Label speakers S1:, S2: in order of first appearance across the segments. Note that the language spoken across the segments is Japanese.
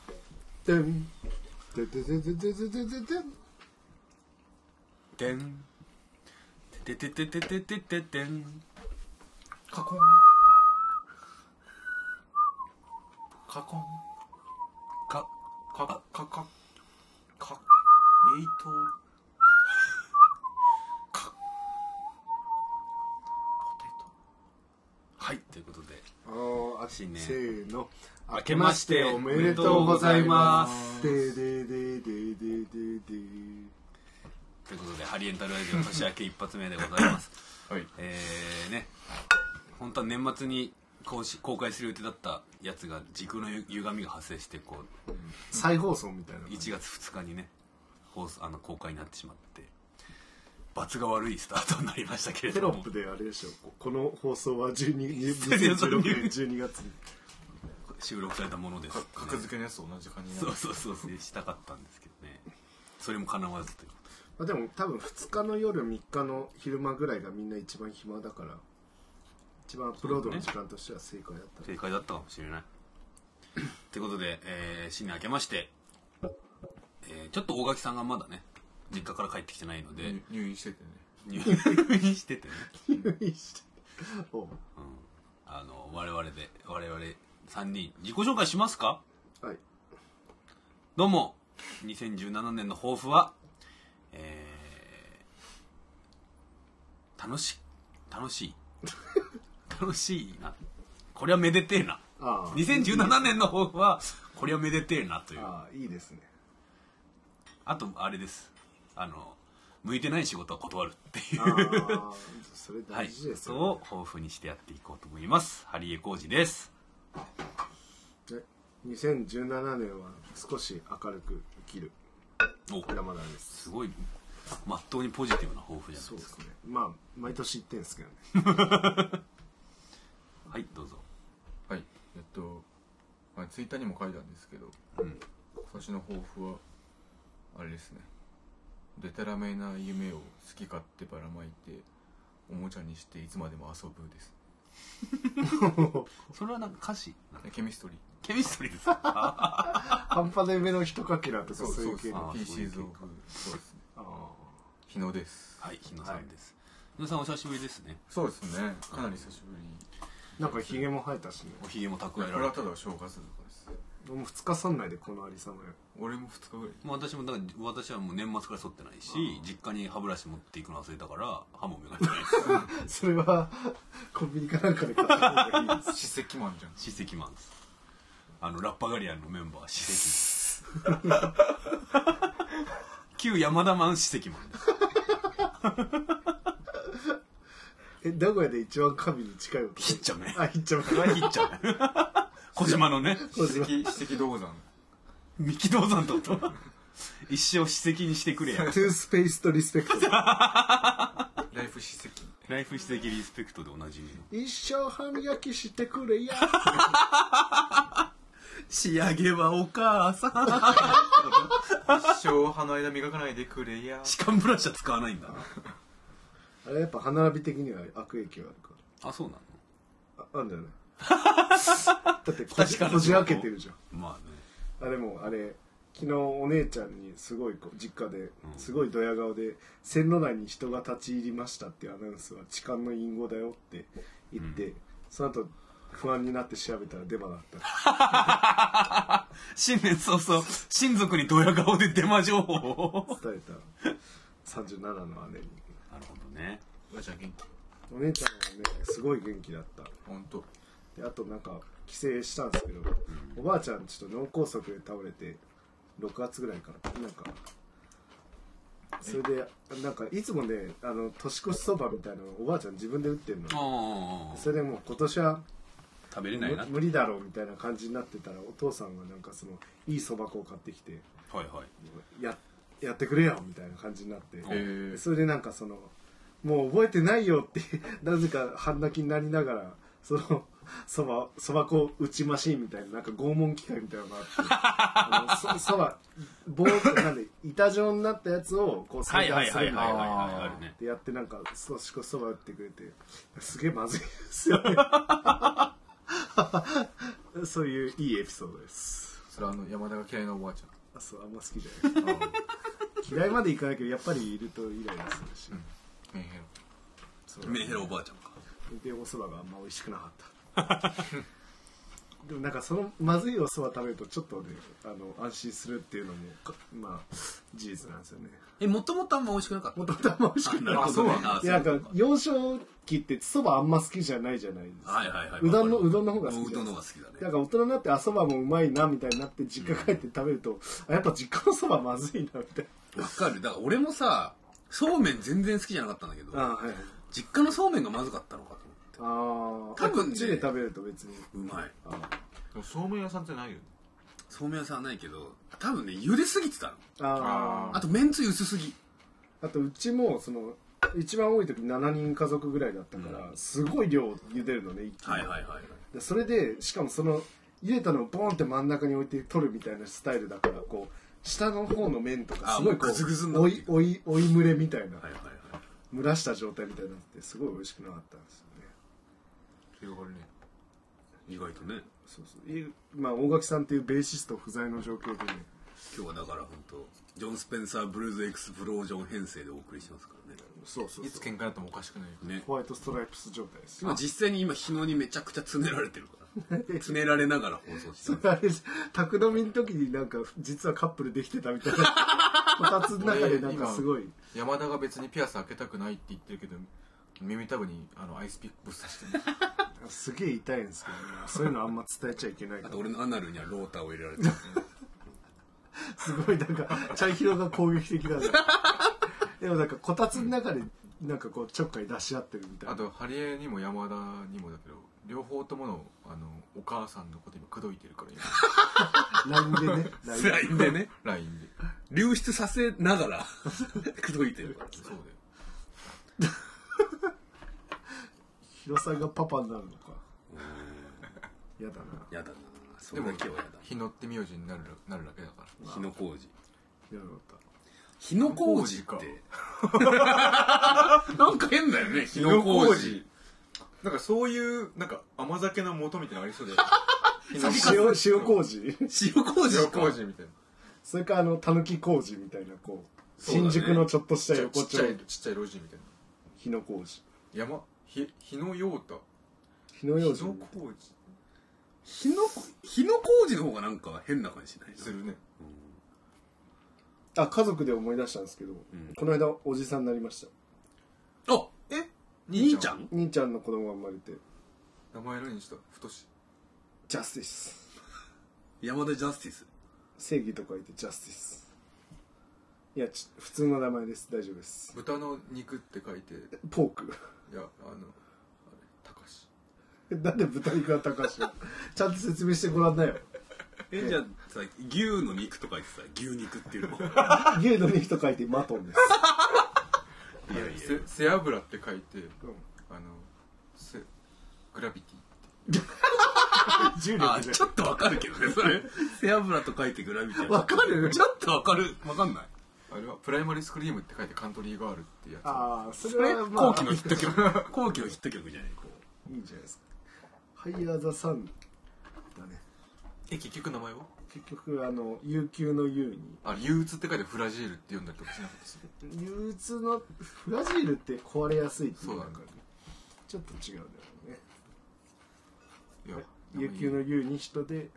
S1: てんててててててててん
S2: でん。ててててててててん。
S1: カコン
S2: カコン。か、か、か、か、か、冷凍。か、ポテト。はい、ということで。
S1: ああ
S2: 新年
S1: せーの
S2: 明けましておめでとうございます
S1: ででででででで
S2: ということで、ハリエンタルラジオ年明け一発目でございます。
S3: はい。
S2: えーね、本当は年末に公し公開する予定だったやつが時空のゆ歪みが発生して、こう、
S1: 再放送みたいな感じ
S2: 1月2日にね放送あの公開になってしまって罰が悪いスタートになりましたけれ
S1: テ
S2: ど
S1: ロ
S2: も
S1: ップであれでしょこの放送は12 2016年12月 に
S2: 収録されたものです、ね、
S3: 格付けのやつと同じ感じにな
S2: そ
S3: る
S2: うそうそうそうしたかったんですけどねそれもかなわずという
S1: まあでも多分2日の夜3日の昼間ぐらいがみんな一番暇だから一番アップロードの時間としては正解だったね
S2: 正解だったかもしれないということで、えー新年明けまして、えーちょっと大垣さんがまだね実家から帰ってきてないので、
S3: 入入院しててね。
S2: 入院しててね
S1: 入院して おう
S2: あの我々で我々3人自己紹介しますか
S1: はい
S2: どうも2017年の抱負は、えー、楽しい楽しい楽しいなこれはめでてえな
S1: ああ
S2: 2017年の抱負はこれはめでてえなというあ
S1: ああいいですね
S2: とあれですあの向いてない仕事は断るってい
S1: あ
S2: う
S1: あそれ
S2: は
S1: 大
S2: い
S1: 事です
S2: そうを
S1: よ、
S2: 抱負にしてやっていこうと思います針江浩二です
S1: ね2017年は少し明るく生きる
S2: お
S1: 山田です
S2: すごいまっとうにポジティブな抱負じゃない
S1: そう
S2: で
S1: ですす
S2: か
S1: ねまあ毎年言ってんですけどね
S2: はいどうぞ
S3: はい。えっと、まあ、ツイッターにも書いたんですけど、
S2: うん
S3: 今年の抱負は、あれですね。でたらめな夢を好き勝手ばらまいて、おもちゃにしていつまでも遊ぶです。
S2: それはなんか歌詞なんか
S3: でケミストリー。
S2: ケミストリーですか
S1: 半端で目の一かけらとか
S3: そう
S1: そう
S3: そ
S1: いうう
S3: です
S1: 系
S3: ね
S1: の
S2: あ。ー
S3: p
S2: そういう系
S3: c ズ
S2: か
S3: オブ、そうですね。
S1: あ
S3: 日野です。
S2: はい、日野さんです。日野さんお久しぶりですね。
S3: そうですね。かなり久しぶりに。
S1: あなんかヒゲも生えたしね
S2: おひげも
S3: こ
S2: 蓄え
S3: れ
S2: られ
S3: は
S2: て。
S3: ただ正月とかです。
S1: もう2日3内でこのありさまよ
S3: 俺も2日ぐらい。
S2: もう私もだから私はもう年末から剃ってないし、実家に歯ブラシ持っていくの忘れたから歯も磨いてない
S1: それはコンビニかなんかで買った方がいいです
S3: 史跡マンじゃん。
S2: です。歯石マンです。あのラッパガリアンのメンバー歯石。旧山田マン歯石マンです。
S1: え名古屋で一番神に近い男
S2: ひっちゃめ
S1: あひっちゃめ
S2: これはひっちゃめ。小島のね、
S1: 小
S3: 史
S1: 島
S3: 跡、史跡銅山。
S2: 三木道山ってこと一生歯石にしてくれや
S1: ト。ゥースペースとリスペクト
S3: ライフ史跡。
S2: ライフ歯石リスペクトでおなじみの。
S1: 一生歯磨きしてくれや
S2: 仕上げはお母さん。
S3: 一生歯の間磨かないでくれや。
S2: 歯間ブラシは使わないんだな。
S1: あれやっぱ歯並び的には悪影響あるか
S2: あ、そうなの
S1: らああん だよねだってこじ
S2: 確かに
S1: こじ開けてるじゃん
S2: まあね。
S1: あれもうあれ昨日お姉ちゃんにすごいこう実家ですごいドヤ顔で、線路内に人が立ち入りましたっていうアナウンスは痴漢の隠語だよって言って、その後不安になって調べたらデマだった
S2: 新年早々、親族にドヤ顔でデマ 情報を。
S1: 伝えた37の姉に
S2: なるほどね。
S3: わちゃん元気。
S1: お姉ちゃんはねすごい元気だった
S3: ほんと。
S1: であとなんか帰省したんですけど、おばあちゃんちょっと脳梗塞で倒れて6月ぐらいからなんかそれでなんかいつもねあの年越しそばみたいなのをおばあちゃん自分で打ってるの
S2: ああ、
S1: それでもう今年は
S2: 食べれ
S1: む
S2: ないな。はい
S1: 無理だろうみたいな感じになってたらお父さんがなんかそのいいそば粉を買ってきて
S2: はい。
S1: ややってくれよみたいな感じになって、
S2: ん
S3: え
S1: それでなんかそのもう覚えてないよって なぜか半泣きになりながらそのそばそば粉打ちマシーンみたいななんか拷問機械みたいなのがあってあのそそば棒なんで板状になったやつをこう
S2: はいはい
S1: す
S2: は
S1: る
S2: いはい
S1: の
S2: はい
S1: よ
S2: はい。あるね。
S1: でやってなんか少しこそば打ってくれてすげえまずい ですよねそういういいエピソードです
S3: それはあの山田が嫌いなおばあちゃん
S1: あそうあんま好きじゃない嫌いまでいかないけどやっぱりいるとイライラするし、
S3: メンヘラ
S1: そう
S2: メンヘラおばあちゃんか
S1: でお蕎麦があんま美味しくなかったでもなんかそのまずいお蕎麦食べるとちょっとねあの安心するっていうのもかまあ事実なんですよね
S2: えもともとあんま美味しくなかった
S1: もともとあんま美味しくな
S2: なる
S1: い
S2: ほどねあ
S1: いや
S2: そう
S1: なんか幼少期ってそばあんま好きじゃないじゃないですか、
S2: はいはいはいう
S1: どんの
S2: わかる
S1: うどんの方が好き
S2: う
S1: じゃ
S2: ど
S1: ない
S2: ん
S1: で
S2: の
S1: す
S2: 方
S1: か
S2: が好きだね
S1: なんか大人になってあそばもうまいなみたいになって実家帰って食べると、あやっぱ実家のそばまずいなみたい
S2: わかるだから俺もさそうめん全然好きじゃなかったんだけど
S1: なあはい
S2: 実家のそうめんがまずかったのかと思って
S1: ああ
S2: 多分
S1: こ
S2: ね
S1: っちで食べると別に
S2: うまい
S1: あー
S3: でもそうめん屋さんってないよね
S2: そうめん屋さんはないけど多分ね茹ですぎてたの
S1: あー
S2: あとめんつゆ薄すぎ
S1: あとうちもその一番多い時7人家族ぐらいだったから、すごい量茹でるのね一気に、
S2: はいはいはい
S1: でそれでしかもその茹でたのをボンって真ん中に置いて取るみたいなスタイルだからこう下の方の麺とか
S2: あ
S1: すごいこ
S2: もうグズグズに
S1: う
S2: なっ
S1: お
S2: て
S1: い
S2: る
S1: おいおい蒸れみたいな、
S2: はいはいはい
S1: 蒸らした状態みたいになってすごい美味しくなかったんですよね
S3: 広がるね
S2: 意外とね
S1: そうそういうまあ大垣さんっていうベーシスト不在の状況でね
S2: 今日はだから本当ジョン・スペンサー・ブルーズ・エクスプロージョン編成でお送りしてますからね
S1: そうそう
S3: いつ
S1: そう
S3: 喧嘩になってもおかしくないよ
S2: ね
S1: ホワイトストライプス状態ですよ
S2: 今実際に今日野にめちゃくちゃ詰められてるから詰められながら放送してます
S1: あれ宅飲みの時になんか実はカップルできてたみたい なこたつの中でなんかすごい
S3: 山田が別にピアス開けたくないって言ってるけど耳たぶにあのアイスピックぶっ刺してる
S1: すげえ痛いんですけど、ね、そういうのあんま伝えちゃいけないか
S2: あ
S1: ら
S2: と俺のアナルにはローターを入れら れてる
S1: すごいなんかチャイヒロが攻撃的だ ねでもなんかこたつの中でなんかこうちょっかい出し合ってるみ たい
S3: あ
S1: な
S3: とハリエにも山田にもだけど両方とものあのお母さんのこと今口説いてるから今
S1: LINE で ね LINE
S2: スラインでね
S3: LINE で
S2: 流出させながら 口説いてるから
S3: そうだよ
S1: ヒロさんがパパになるのかやだな
S2: やだなそ
S3: で
S2: れ
S3: も
S2: だけはやだ
S3: 日野って名字になるなるだけだから
S2: 日野浩二
S1: やだった
S2: 日野浩二
S3: か
S2: って なんか変だよね日野
S3: 浩
S2: 浩
S3: 二
S2: 二
S3: なんかそういうなんか甘酒の元みたいなのあり そうで日野
S1: 塩塩麹
S2: 塩浩二
S3: 塩
S2: か
S3: 麹みたいな
S1: それかあのたぬき麹みたいなこう
S2: そうだね
S1: 新宿のちょっとし
S3: ち
S1: た
S3: っ
S1: 横
S3: ちゃ
S1: 丁
S3: いちっちゃい路地みたいな
S1: 日野麹
S3: 山ひ日野陽太
S1: 日野
S3: 日
S1: 用
S3: 野
S1: 事
S3: 麹
S2: 日野日野浩二の方がなんか変な感じしない
S3: するね
S1: あ家族で思い出したんですけど、
S2: ん
S1: この間おじさんになりました
S2: あ
S3: え
S2: 兄ちゃん
S1: 兄ちゃんの子供が生まれて
S3: 名前何にした太し
S1: ジャスティス
S2: 山田ジャスティス
S1: 正義と書いてジャスティスいやち普通の名前です大丈夫です
S3: 豚の肉って書いてい
S1: ポーク
S3: やあのあれたかし
S1: なんで豚肉は高橋ちゃんと説明してごらんなよ
S2: えじゃあさ牛の肉とか言ってさ牛肉っていうのいや
S1: 牛の肉と書いてマトンです、
S2: いや
S3: せ背脂って書いて
S1: うん
S3: あのせグラビティ
S1: 重
S2: あ
S1: 力じ
S2: ちょっとわかるけどねそれ背脂と書いてグラビティ
S1: わかる
S2: ちょっとわかるわかんない
S3: あれはプライマリースクリームって書いてカントリーガールってやつ
S1: ああそ
S2: これ
S1: れはま
S2: 後期
S1: あ
S2: のヒット曲後期のヒット曲じゃないこう
S1: いいんじゃないですかハイヤーザサンだね
S3: え結局名前は
S1: 結局あの悠久の U に
S3: あ憂鬱って書いてフラジールって読んだりとかしなかったでする
S1: 憂鬱のフラジールって壊れやすいってい
S3: そう
S1: う
S3: な
S1: なんん
S3: だ
S1: かねちょっと違うんだよね
S3: いや
S1: 悠久の U に人で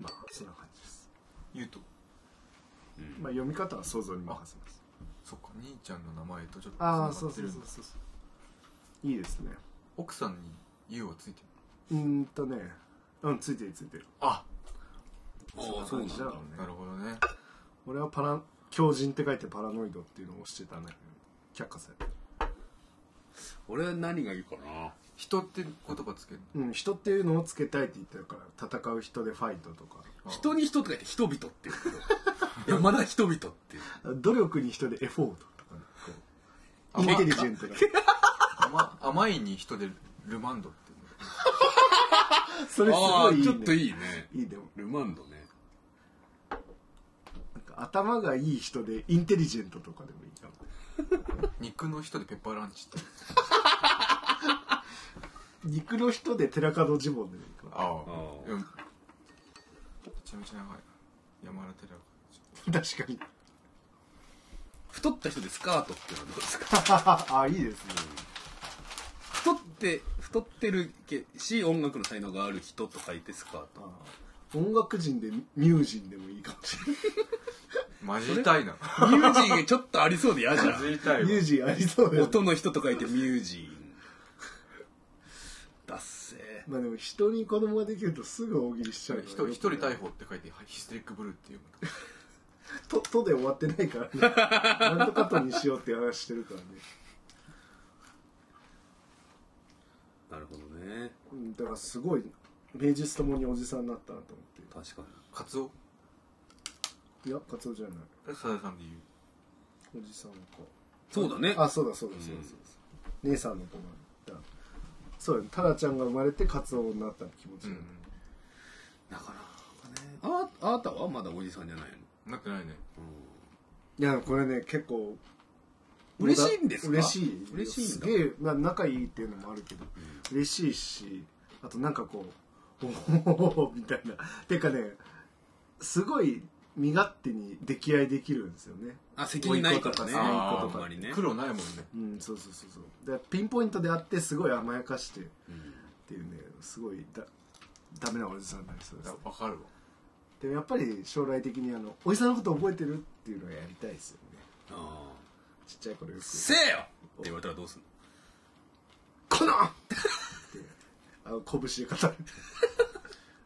S1: まあそんな感じです、
S3: 言うと
S1: まあ読み方は想像に任せます
S3: そっか兄ちゃんの名前とちょっと
S1: ああ
S3: つな
S1: そ
S3: が
S1: う
S3: って
S1: そ
S3: る
S1: うんそう
S3: だ
S1: そういいですね
S3: 奥さんに「優」はついてる
S1: うーんとねうんついてるついてる
S3: あ
S2: ああそうなんだ
S1: 感じ
S3: なるほどね
S1: 俺はパラ狂人って書いてパラノイドっていうのを押してたね却下された
S2: 俺何がいいかな
S3: 人って言葉つける
S1: うん人っていうのをつけたいって言ってるから戦う人でファイトとか
S3: の
S2: 人に人とか言って人々っていうけど山田人々っていう
S1: 努力に人でエフォートとかねこうインテリジェントな
S3: 甘甘いに人でルマンドっていうの
S1: それす
S2: あ
S1: ご
S2: あ
S1: いいい、ね、
S2: ちょっといいね
S1: いいでも
S2: ルマンドね
S1: なんか頭がいい人でインテリジェントとかでもいいかも
S3: 肉の人でペッパーランチって
S1: 肉の人で寺門ジモンでもいいかも
S3: あ
S2: あ
S3: うんちゃめちゃ長い山田寺子
S1: 確かに
S2: 太った人でスカートっていうのはどうですか
S1: あいいですね
S2: 太って太ってるけし音楽の才能がある人と書いてスカート
S1: あ音楽人でミュージンでもいいかもしれ
S3: マジ痛いな
S2: ミュージンがちょっとありそうで嫌じゃ
S3: マジ
S2: ん
S3: 痛
S1: な
S3: い
S1: い
S3: わ
S1: ミュージンありそうだよね
S2: 音の人と書いてミュージンだっせー
S1: まあでも人に子供ができるとすぐ大喜利しちゃう
S3: 一人一人逮捕って書いてヒステリックブルーっていう
S1: ととで終わってないからねなんとかとにしようって話してるからね
S2: なるほどね
S1: うんだからすごい名実ともにおじさんになったなと思っ
S2: 確かに
S3: カツオ
S1: ていやカツオじゃない
S3: えサザエさんで言う
S1: おじさんか
S2: そうだね
S1: あそうだそうだそうだそうだ、姉さんの子供だそうだねタラちゃんが生まれてカツオになった気持ちだね、
S2: なかなかねああなたはまだおじさんじゃないの
S3: なってないね
S1: いやこれね結構
S2: 嬉しいんですか
S1: 嬉しい
S2: 嬉しいんだ
S1: すげえ、まあ、仲いいっていうのもあるけど、嬉しいしあとなんかこうおおみたいなてかねすごい身勝手に溺愛できるんですよね
S2: あ責任ないからね
S1: そういうこと
S2: あ
S1: とか
S2: んまりね
S3: 黒ないもんね
S1: うんそうそうそうそうでピンポイントであってすごい甘やかしてっ
S2: うん
S1: ていうねすごいだダメなおじさんになりそうです
S3: わかるわ
S1: でもやっぱり将来的にあのおじさんのこと覚えてるっていうのをやりたいですよね
S2: あ
S1: ちっちゃい頃よく
S2: ーせーよって言われたらどうすんの
S1: このってあの拳で 語る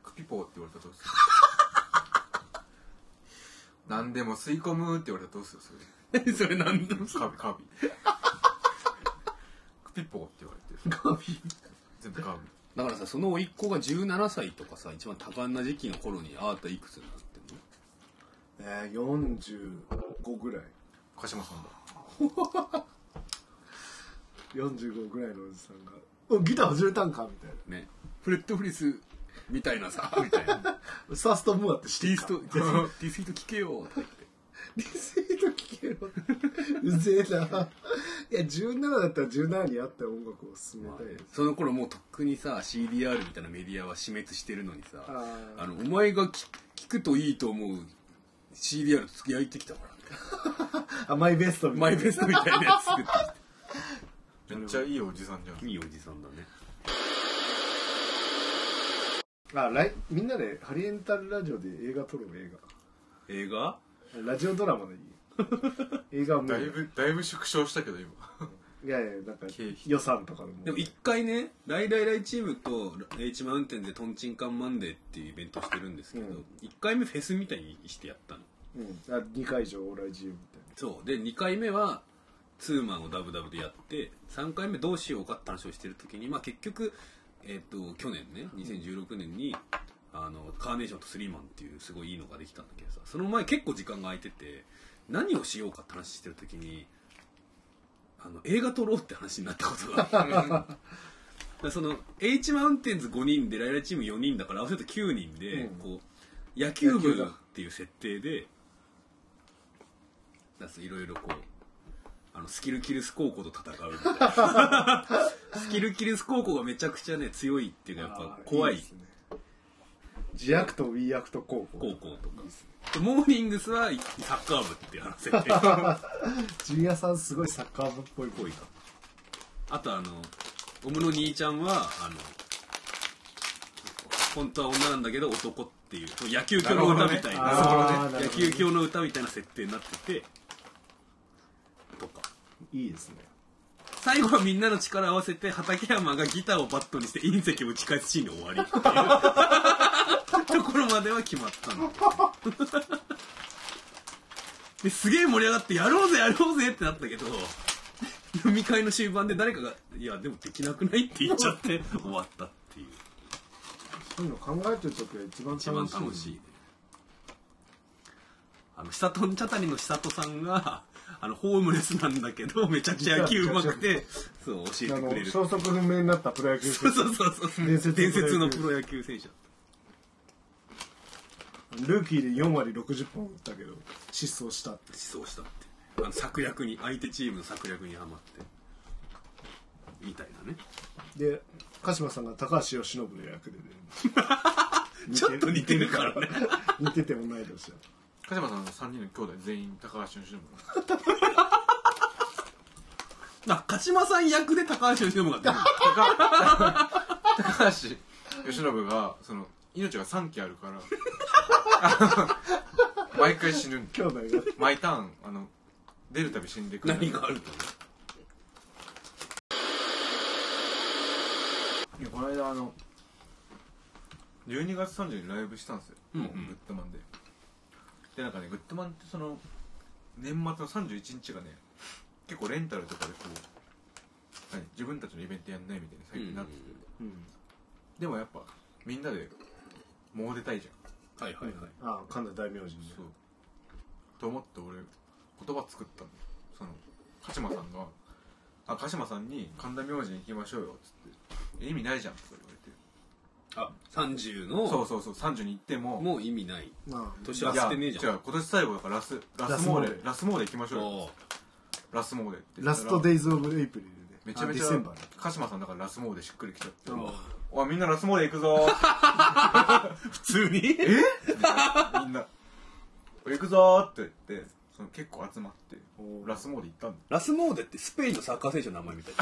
S3: クピポーって言われたらどう する何でも吸い込むって言われたらどうするそれ
S2: それなんだ
S3: カビカビクピポーって言われてる
S1: カビ
S3: 全部カビ
S2: だからさその甥っ子が17歳とかさ一番多感な時期の頃にあーたいくつになってんの
S1: えー、45ぐらい
S3: 鹿島さんだ
S1: 45ぐらいのおじさんが「おギター始めたんか?」みたい
S2: ねフレットフリスみたいなさみたいな
S1: な「サーストムーアって知って
S2: ディ
S1: ん
S2: ス
S1: か
S2: トディスディスイート聞けよって言って
S1: リスイート聞けろ」 うぜえないや17だったら17に合った音楽を進めたいです、
S2: その頃もうとっくにさ CDR みたいなメディアは死滅してるのにさ
S1: あー
S2: あのお前がき聞くといいと思う CDR と付き合いてきた から
S1: あマイベストみた
S2: マ
S1: い
S2: イ
S1: な
S2: ベストみたいなやつ作ってき
S3: めっちゃいいおじさんじゃん
S2: ていいおじさんだね
S1: あ来みんなでハリエンタルラジオで映画撮ろう映
S2: 映画
S1: 画ラジオドラマでいい映画はもう
S3: だいぶだいぶ縮小したけど今
S1: いやいやなんか
S3: 経費
S1: 予算とかの問題
S2: でも一回ね、ライライライチームと H マウンテンでトンチンカンマンデーっていうイベントしてるんですけど
S1: うん、
S2: 一回目フェスみたいにしてやったの。
S1: うん、あ2回以上オーライ自由みたいな
S2: そう。で、二回目は、ツーマンをダブダブでやって、三回目どうしようかって話をしてる時に、まあ結局、えっ、と、去年ね、2016年に、あの、カーネーションとスリーマンっていうすごいいいのができたんだけどさ、その前結構時間が空いてて、何をしようかって話してる時に、あの、映画撮ろうって話になったことが。だ からその H マウンテンズ5人でライライチーム4人だから合わせると9人で、
S1: うん
S2: こう野球部
S1: 野球だ
S2: っていう設定でだからいろいろこうあのスキルキルス高校と戦うみたいなスキルキルス高校がめちゃくちゃね強いっていうかやっぱ怖い
S1: ですね自悪と We 悪と高校
S2: 高校とかでモーニングスはいサッカー部っていう話設定
S1: ジュニアさんすごいサッカー部っぽい
S2: ぽいかあとあのオムの兄ちゃんはあの本当は女なんだけど男っていう野球教の歌みたい
S3: な
S2: な
S3: るほどね
S1: あーなる
S2: 野
S1: ほどね
S2: 球教の歌みたいな設定になっててとか
S1: いいですね
S2: 最後はみんなの力を合わせて畠山がギターをバットにして隕石を打ち返すシーンで終わりっていうところまでは決まったんだけどですげえ盛り上がってやろうぜやろうぜってなったけど飲み会の終盤で誰かが「いやでもできなくない?」って言っちゃって終わったっていう
S1: そういうの考えてる時は一番楽し
S2: 一
S1: い
S2: 番楽しいねあの久富茶谷の久戸さんがあのホームレスなんだけどめちゃくちゃ野球うまくてそう教え
S1: あ
S2: てくれ
S1: の
S2: る
S1: 消息不明になったプロ野球選
S2: そうそうそうそ
S1: 伝
S2: う伝
S1: 説
S2: 説
S1: の
S2: のプロ野球選手だっ
S1: 手ルーキーで4割60本打ったけど失踪したって
S2: た失踪したってあの策略に相手チームの策略にハマってみたいなね
S1: で鹿島さんが高橋由伸の役でね
S2: ちょっと似てるからね
S1: 似ててもないでしょ
S3: 鹿島さんの3人の兄弟全員高橋由伸
S2: な鹿島さん役で高橋由伸が出てくる
S3: 高橋由伸がその命が3期あるから あの毎回死ぬんだ
S1: 兄弟が
S3: 毎ターンあの出るたび死んでくる
S2: 何があると
S3: いやこの間あの12月30日にライブしたんですよ、
S2: うんうん
S3: もうグッドマンででなんかねグッドマンってその年末の31日がね結構レンタルとかでこう何自分たちのイベントやんないみたいな最近なってて、
S2: うんうん
S1: うん
S3: でもやっぱみんなでもう出たいじ
S2: はいはいはい
S1: ああ神田大明神
S3: ゃん
S1: で
S3: そうと思って俺言葉作ったんだよその鹿島さんが「あ鹿島さんに神田明神行きましょうよ」っつって「え意味ないじゃん」って言われて
S2: あ30
S3: そう
S2: の
S3: そうそう30に行っても
S2: もう意味ない
S1: ああ
S2: 年は捨てねえじゃん
S3: いや違う今年最後だからラスラスモーデラスモーデ行きましょうよ
S2: おー
S3: ラスモーデって
S1: ラストデイズ・オブ・エイプリルで
S3: めちゃめち
S1: あ
S3: ゃ
S1: ディセンバーね
S3: 鹿島さんだからラスモーデしっくりきちゃって
S1: うん
S3: 「おいみんなラスモーデ行くぞ」
S2: 普通に
S3: えみたいなみんな「行くぞ」って言ってその結構集まって
S1: おー
S3: ラスモーデ行ったんだ
S2: ラスモーデってスペインのサッカー選手の名前みたい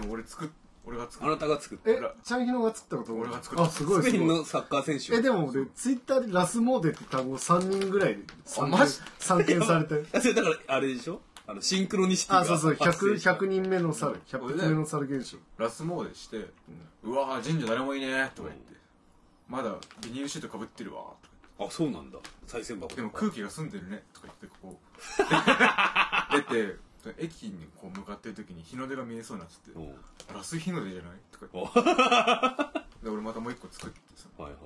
S3: でも俺作っ俺が
S2: あ
S3: 作っ
S2: なたが作った
S1: えチャンヒロが作ったこと
S3: 俺が作った
S1: あすごい
S2: スペ
S1: す
S2: イン
S1: ごい
S2: のサッカー選手
S1: えでも俺ツイッターでラスモーデって単語3人ぐらい
S3: あマジ
S1: 参見され て
S2: あそれだからあれでしょあのシンクロニシティが
S1: あそうそう
S2: 発
S1: 100,
S2: 生した
S1: 100人目の猿100匹目の猿現象
S3: ラスモーデして「うわー神社誰もいねー」とか言って「まだビニールシートかぶってるわ」とか言って
S2: あそうなんだ再選箱
S3: でも空気が澄んでるねとか言ってこ う出て駅にこう向かってる時に日の出が見えそうになってて
S2: おう
S3: 「ラス日の出じゃない?」とか言ってで俺またもう一個作ってさって
S2: はいはい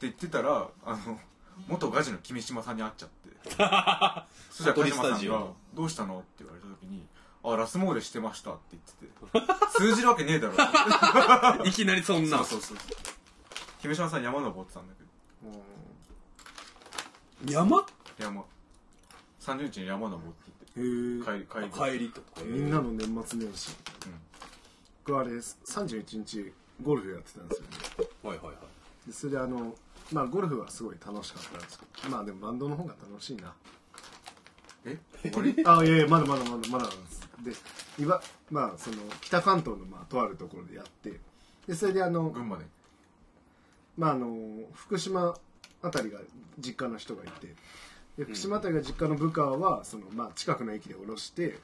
S3: 言ってたらあの元ガジの君島さんに会っちゃって そしたら
S2: 小
S3: 君
S2: 鳥ス
S3: 島
S2: タ
S3: さん
S2: ジオ
S3: が「どうしたの?」って言われた時に「あラスモーデしてました」って言ってて通じるわけねえだろって
S2: いきなりそんな
S3: そうそうそう君島さん山登ってたんだけど
S2: 山
S3: 山30日に山登ってて
S1: へえ
S3: 帰り帰り
S2: 帰りとか
S1: みんなの年末年始
S3: うん
S1: 僕あれ31日ゴルフやってたんですよね
S2: はいはいはい
S1: でそれであのまあゴルフはすごい楽しかったんですけどまあでもバンドの方が楽しいな
S3: え終わり
S1: あいやいやまだまだまだまだなんですでいわまあその北関東のまあとあるところでやってでそれであの
S3: 群馬で
S1: まああの福島あたりが実家の人がいてで福島あたりが実家の部下はその、まあ、近くの駅で降ろして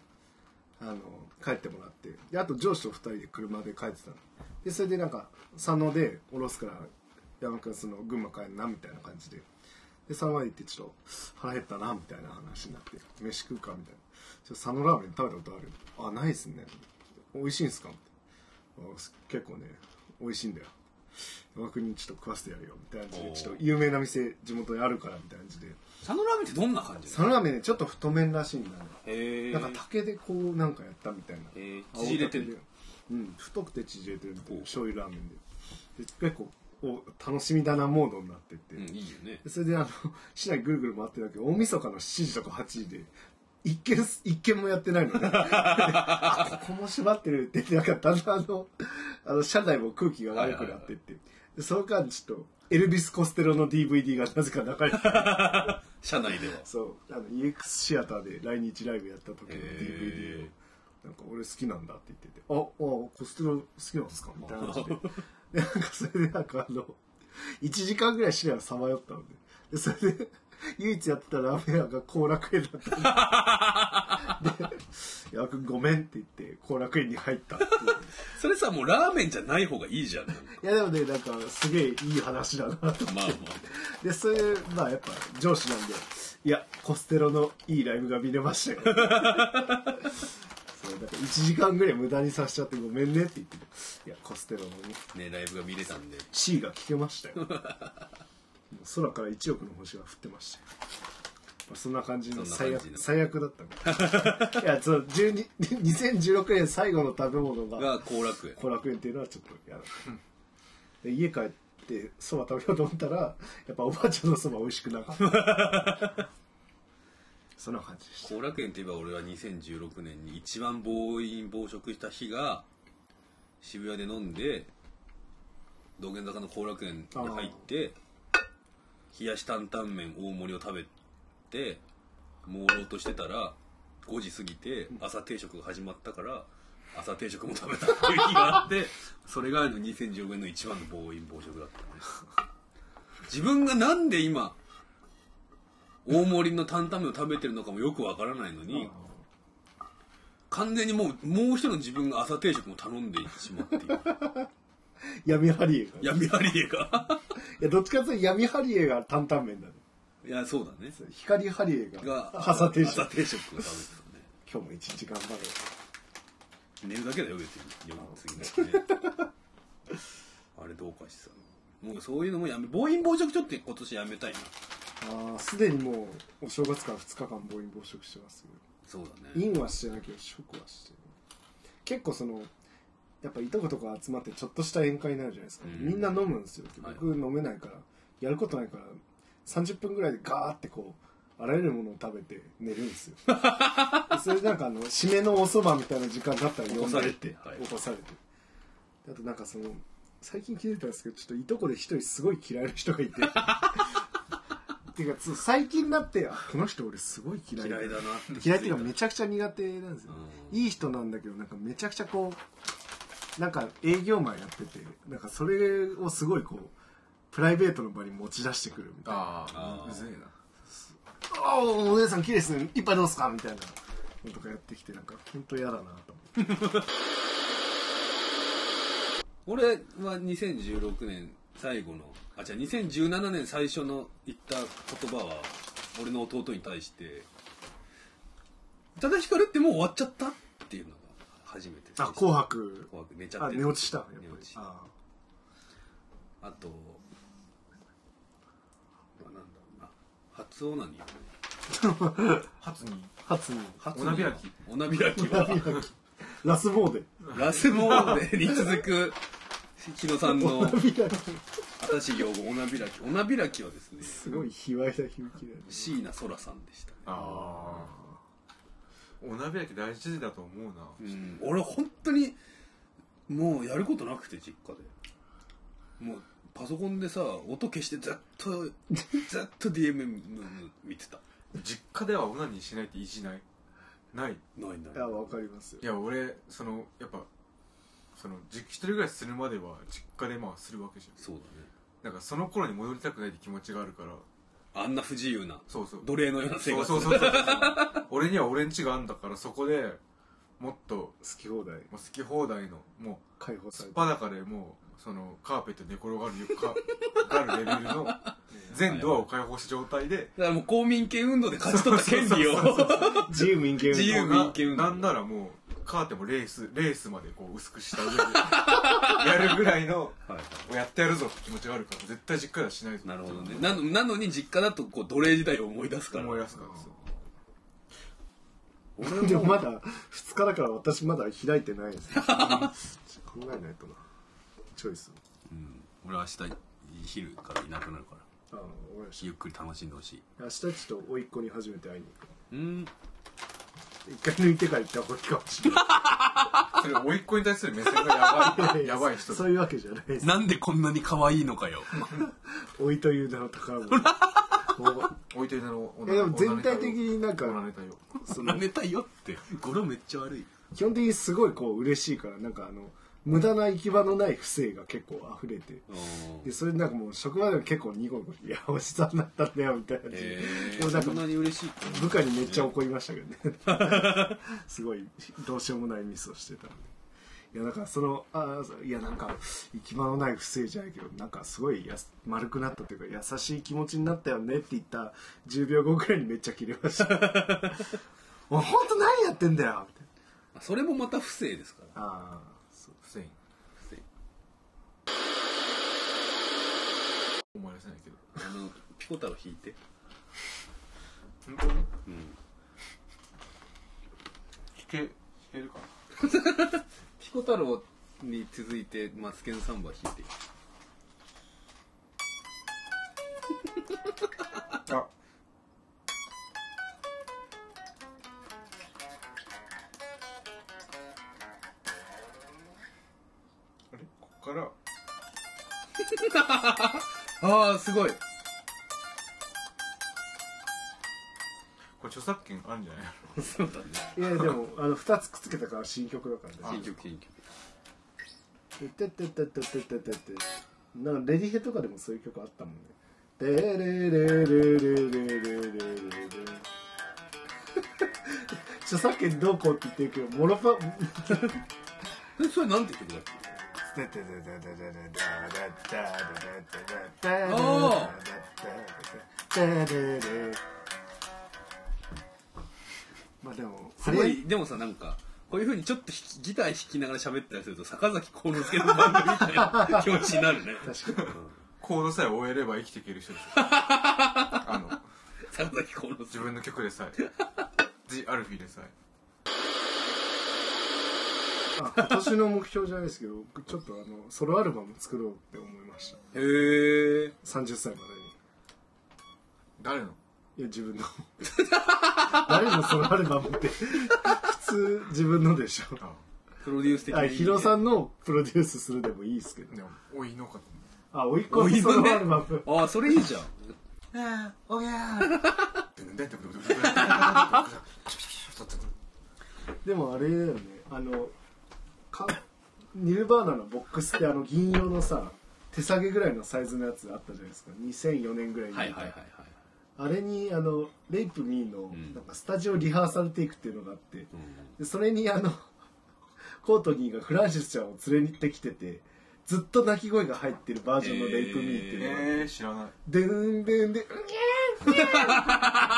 S1: あの帰ってもらってであと上司と2人で車で帰ってたのでそれでなんか佐野で降ろすから山君その群馬帰るなみたいな感じでで佐野まで行ってちょっと腹減ったなみたいな話になって飯食うかみたいな「ちょっと佐野ラーメン食べたことある?」「あないっすね」「美味しいんすか?」みたいなあ結構ね美味しいんだよ」山君にちょっと食わせてやるよみたいな感じでちょっと有名な店地元にあるからみたいな感じで
S2: 佐野ラーメンってどんな感じ
S1: サラーメンねちょっと太麺らしいんだね
S2: へえ
S1: なんか竹でこうなんかやったみたいな
S2: へー縮れ
S1: 青竹
S2: てる
S1: でうん太くて縮れてるみたい
S2: おう
S1: な醤油ラーメンでで結構お楽しみだなモードになってって、
S2: うんいいよね
S1: でそれであの 市内ぐるぐる回ってるわけど大晦日の7時とか8時で一軒す一軒もやってないのね あここも縛ってるってなんかだんだんあのあの車内も空気が悪くなってって、でその間ちょっとエルビス・コステロの DVD がなぜか流れてて
S2: 社内では
S1: そうあの EX シアターで来日ライブやった時の
S2: へ
S1: DVD を
S2: ー
S1: なんか俺好きなんだって言ってて「ああコステロ好きなんですか?」みたいな 話ででなんかそれでなんかあの1時間ぐらい試合をさまよったのででそれで唯一やってたラーメン屋が後楽園だったん で「で矢部君ごめん」って言って後楽園に入ったっていう
S2: それさもうラーメンじゃない方がいいじ ゃんなんか
S1: いやでもねなんかすげえいい話だなと思って
S2: まあまあ
S1: でそれまあやっぱ上司なんで「いやコステロのいいライブが見れましたよ」そうだから1時間ぐらい無駄にさせちゃってごめんねって言って「いやコステロのね
S2: ねライブが見れたんで
S1: C が聞けましたよ」もう空から1億の星が降ってましたよまあそんな感じの
S2: そん
S1: 最
S2: な
S1: 悪
S2: 感じの
S1: 最悪だったねいやその12 2016年最後の食べ物が
S2: が後楽園
S1: 後楽園っていうのはちょっと嫌だったで家帰ってそば食べようと思ったらやっぱおばあちゃんのそば美味しくなかった そんな感じでした
S2: 後楽園といえば俺は2016年に一番暴飲暴食した日が渋谷で飲んで道玄坂の後楽園に入って冷やし担々麺大盛りを食べて朦朧としてたら5時過ぎて朝定食が始まったから朝定食も食べたっていう日があってそれが2015年の一番の暴飲暴食だったね自分がなんで今大盛りの担々麺を食べてるのかもよくわからないのに完全にもうもう一人の自分が朝定食も頼んでしまっている
S1: 闇ハリエがい
S2: 闇ありえが
S1: やどっちかというと闇ハリエが担々麺だね
S2: いやそうだね
S1: 光ハリエが
S2: が
S1: 朝定食
S2: 朝定食を食べてたね
S1: 今日も一日頑張ろ
S2: 寝るだけだよ別に夜 次の日ねあれどうかしてたのもうそういうのもやめ暴飲暴食ちょっと今年やめたいな
S1: うああすでにもうお正月から2日間暴飲暴食してますよ
S2: そうだね
S1: インはしてないけど食はしてる結構そのやっぱいとことか集まってちょっとした宴会になるじゃないですか、
S2: うん
S1: みんな飲むんですよで
S2: はい
S1: 僕飲めないから、やることないから30分ぐらいでガーってこうあらゆるものを食べて寝るん ですよそれでなんかあの締めのおそばみたいな時間だったら呼んで
S2: 起こされてはい
S1: 起こされてあとなんかその最近気づいたんですけどちょっといとこで一人すごい嫌いな人がいて っていうかつ最近だってあこの人俺すごい嫌い
S2: 嫌いだな
S1: 嫌いっていうかめちゃくちゃ苦手なんですよ、
S2: うん
S1: いい人なんだけどなんかめちゃくちゃこうなんか営業マンやっててなんかそれをすごいこうプライベートの場に持ち出してくるみたいな
S3: あ
S2: あ
S3: あ
S2: ー
S3: むずいな
S1: 「ああお姉さん綺麗ですねいっぱいどうすか?」みたいなのとかやってきてなんか本当嫌だなと思って
S2: 俺は2016年最後のあじゃあ2017年最初の言った言葉は俺の弟に対して「宇多田ヒカルってもう終わっちゃった?」っていうのが初めて
S1: あ「紅白
S2: 紅白寝」ちゃ
S1: あ
S2: って
S1: 寝落ちしたやっぱり
S2: 寝落ち
S1: あ
S2: あと、まあ、なんだろうな初オナニー
S3: 初に
S1: あ初に
S2: 初
S3: オナビラキ
S2: オナビラキは
S1: ラスボー デ
S2: ラスボーデに続く日野さんの新しい用語オナビラキオナビラキ はですね
S1: すごい卑猥な響きだよね
S2: 椎名空さんでしたね
S3: ああお鍋焼き大事だと思うな
S2: うん、俺本当にもうやることなくて実家でもうパソコンでさ音消してずっと ずっと DMM 見てた
S3: 実家ではオナニーしないって意地ないない
S2: ないない
S1: いやわかりますよ
S3: いや俺そのやっぱそのじ一人暮らしするまでは実家でまあするわけじゃ
S2: そうだね
S3: んなんかその頃に戻りたくないって気持ちがあるから
S2: あんな不自由な
S3: そうそう
S2: 奴隷のような生
S3: そう
S2: 活
S3: そうそうそう俺には俺ん家があんだからそこでもっとも
S1: 好き放題
S3: う好き放題のも
S1: 解放
S3: うす
S1: さ
S3: っ
S1: れて
S3: ぱだかでもうそのカーペット寝転がるよかがるレベルの全ドアを開放した状態で
S2: だからもう公民権運動で勝ち取った権利を
S1: 自由民権運動
S2: 自由民権運動
S3: なんならもうカーテンもレースレースまでこう薄くした上でやるぐらいの
S2: はい
S3: やってやるぞって気持ちがあるから絶対実家ではしないぞ
S2: なるほどねなのなのに実家だとこう奴隷時代を思い出すから
S3: 思い出すからそう
S2: 俺
S1: でも
S2: も
S1: まだ2日だから私まだ開いてないです考えないとなチョイス
S2: うん、俺明日昼からいなくなるから
S1: ああ俺明日
S2: ゆっくり楽しんでほしい
S1: 明日ちょっと甥っ子に初めて会いに行く
S2: うん
S1: 一回抜いてから行った方がいいかもしれ
S3: それ甥っ子に対する目線がやば
S1: ない
S3: いやばい人
S1: そういうわけじゃないです
S2: なんでこんなに可愛いのか よ
S1: 甥という名の宝物もう
S3: 置いてるの
S1: いやでも全体的になんか
S3: おなネタよ
S1: そ
S2: な
S1: の
S2: ネタよって語呂めっちゃ悪い
S1: 基本的にすごいこう嬉しいからなんかあの無駄な行き場のない不正が結構溢れてでそれでなんかもう職場でも結構ニコニコ「いやおじさんになったんだよ」みたいな、
S2: え
S1: でもなん
S2: ー、
S1: か
S2: そんなに嬉しい
S1: 部下にめっちゃ怒りましたけどね すごいどうしようもないミスをしてたんでいやだからそのあーいやなんか行き場のない不正じゃないけどなんかすごいやす丸くなったというか優しい気持ちになったよねって言った10秒後くらいにめっちゃ切れ ましたもう本当何やってんだよみたい
S2: それもまた不正ですから
S1: なああそう
S3: 不正
S2: 不正
S3: 思い出せないけど
S2: あのピコ太郎引いて
S3: 本当に
S2: うん
S3: 聞け聞けるか
S2: ピコ太郎に続いてマツケンサンバ引いて
S3: ああれこっから
S2: ああすごい
S3: これ著作権あるんじゃない
S2: そうだね
S1: いやでもあの2つくっつけたから新曲だから
S2: 新
S1: ね
S2: 曲新曲
S1: 「てってってってってってってって」なんかレディヘとかでもそういう曲あったもんね「でれれれれれれれれれ」著作権どうこうって言ってるけどモロパ
S2: えそれなんて曲だっけ
S1: まあでも
S2: すごいでもさなんかこういうふうにちょっと弾きギター弾きながら喋ったりすると坂崎幸之助の番組みたい な気持ちになるね
S1: 確かに
S3: コードさえ終えれば生きていける人でしょあの
S2: 坂崎幸之助
S3: 自分の曲でさえジ・アルフィーでさえ
S1: あ今年の目標じゃないですけど僕ちょっとあのソロアルバム作ろうって思いました
S2: へえ
S1: 30歳まで
S3: 誰の
S1: にいや自分の 誰のソロアルバムって普通自分のでしょ
S3: あ
S2: プロデュース的
S1: あ
S2: に
S1: ヒロさんのプロデュースするでもいいですけど
S3: でもおいのかと
S1: あおいっ子のソロアルバム
S2: ああそれいいじゃん
S3: 思うああおやーってなんだってこと
S1: でもあれだよねあのかニルバーナのボックスってあの銀色のさ手下げぐらいのサイズのやつあったじゃないですか2004年ぐらいに、
S2: はいはいはいはい
S1: あれにあのレイプミーの
S2: ん
S1: なんかスタジオリハーサルテイクっていうのがあって、
S2: うん
S1: でそれにあの コートニーがフランシスちゃんを連れてきててずっと泣き声が入ってるバージョンの「レイプミー」っていうのが、
S3: えー、知らない
S1: でんでんでん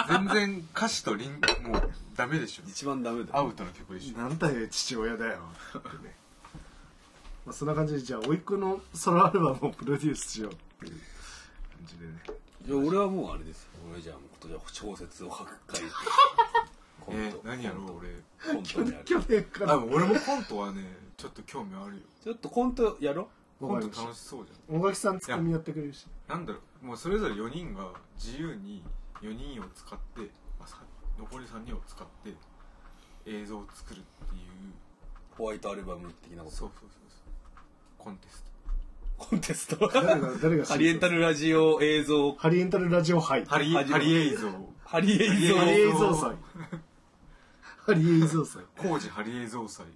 S3: 全然歌詞とリンもうダメでしょ
S2: 一番ダメだ
S3: アウトの曲でしょ
S1: なんだよ父親だよってね まあそんな感じでじゃあ甥っ子のソロアルバムをプロデュースしようっていう感じでね
S2: いや俺はもうあれですよ俺じゃあもう今年は小説を書く会コ
S3: え
S2: ン
S3: ー、
S2: ト
S3: 何やろう俺
S2: コントにやる
S1: 去年か
S3: 多
S1: ら
S3: 分俺もコントはねちょっと興味あるよ
S2: ちょっとコントやろ
S1: わ
S3: コ
S1: かり
S3: ン
S1: まし
S3: ト
S1: た
S3: 楽しそうじゃん
S1: 大垣さんツッコミやってくれるし
S3: なんだろうもうそれぞれ4人が自由に4人を使って、まあ、さ残り3人を使って映像を作るっていう
S2: ホワイトアルバム的なこと
S3: そうそうそうそうコンテス
S2: コンテスト
S1: 誰が誰が
S2: ハリエンタルラジオ映像
S1: ハリエンタルラジオ杯
S3: トハリ
S2: ハリ
S3: ハリ映像
S2: ハリエ
S1: ハリ
S2: 映
S1: エ
S2: 像
S1: 映像祭 ハリエ映像祭
S3: 工事ハリ映像祭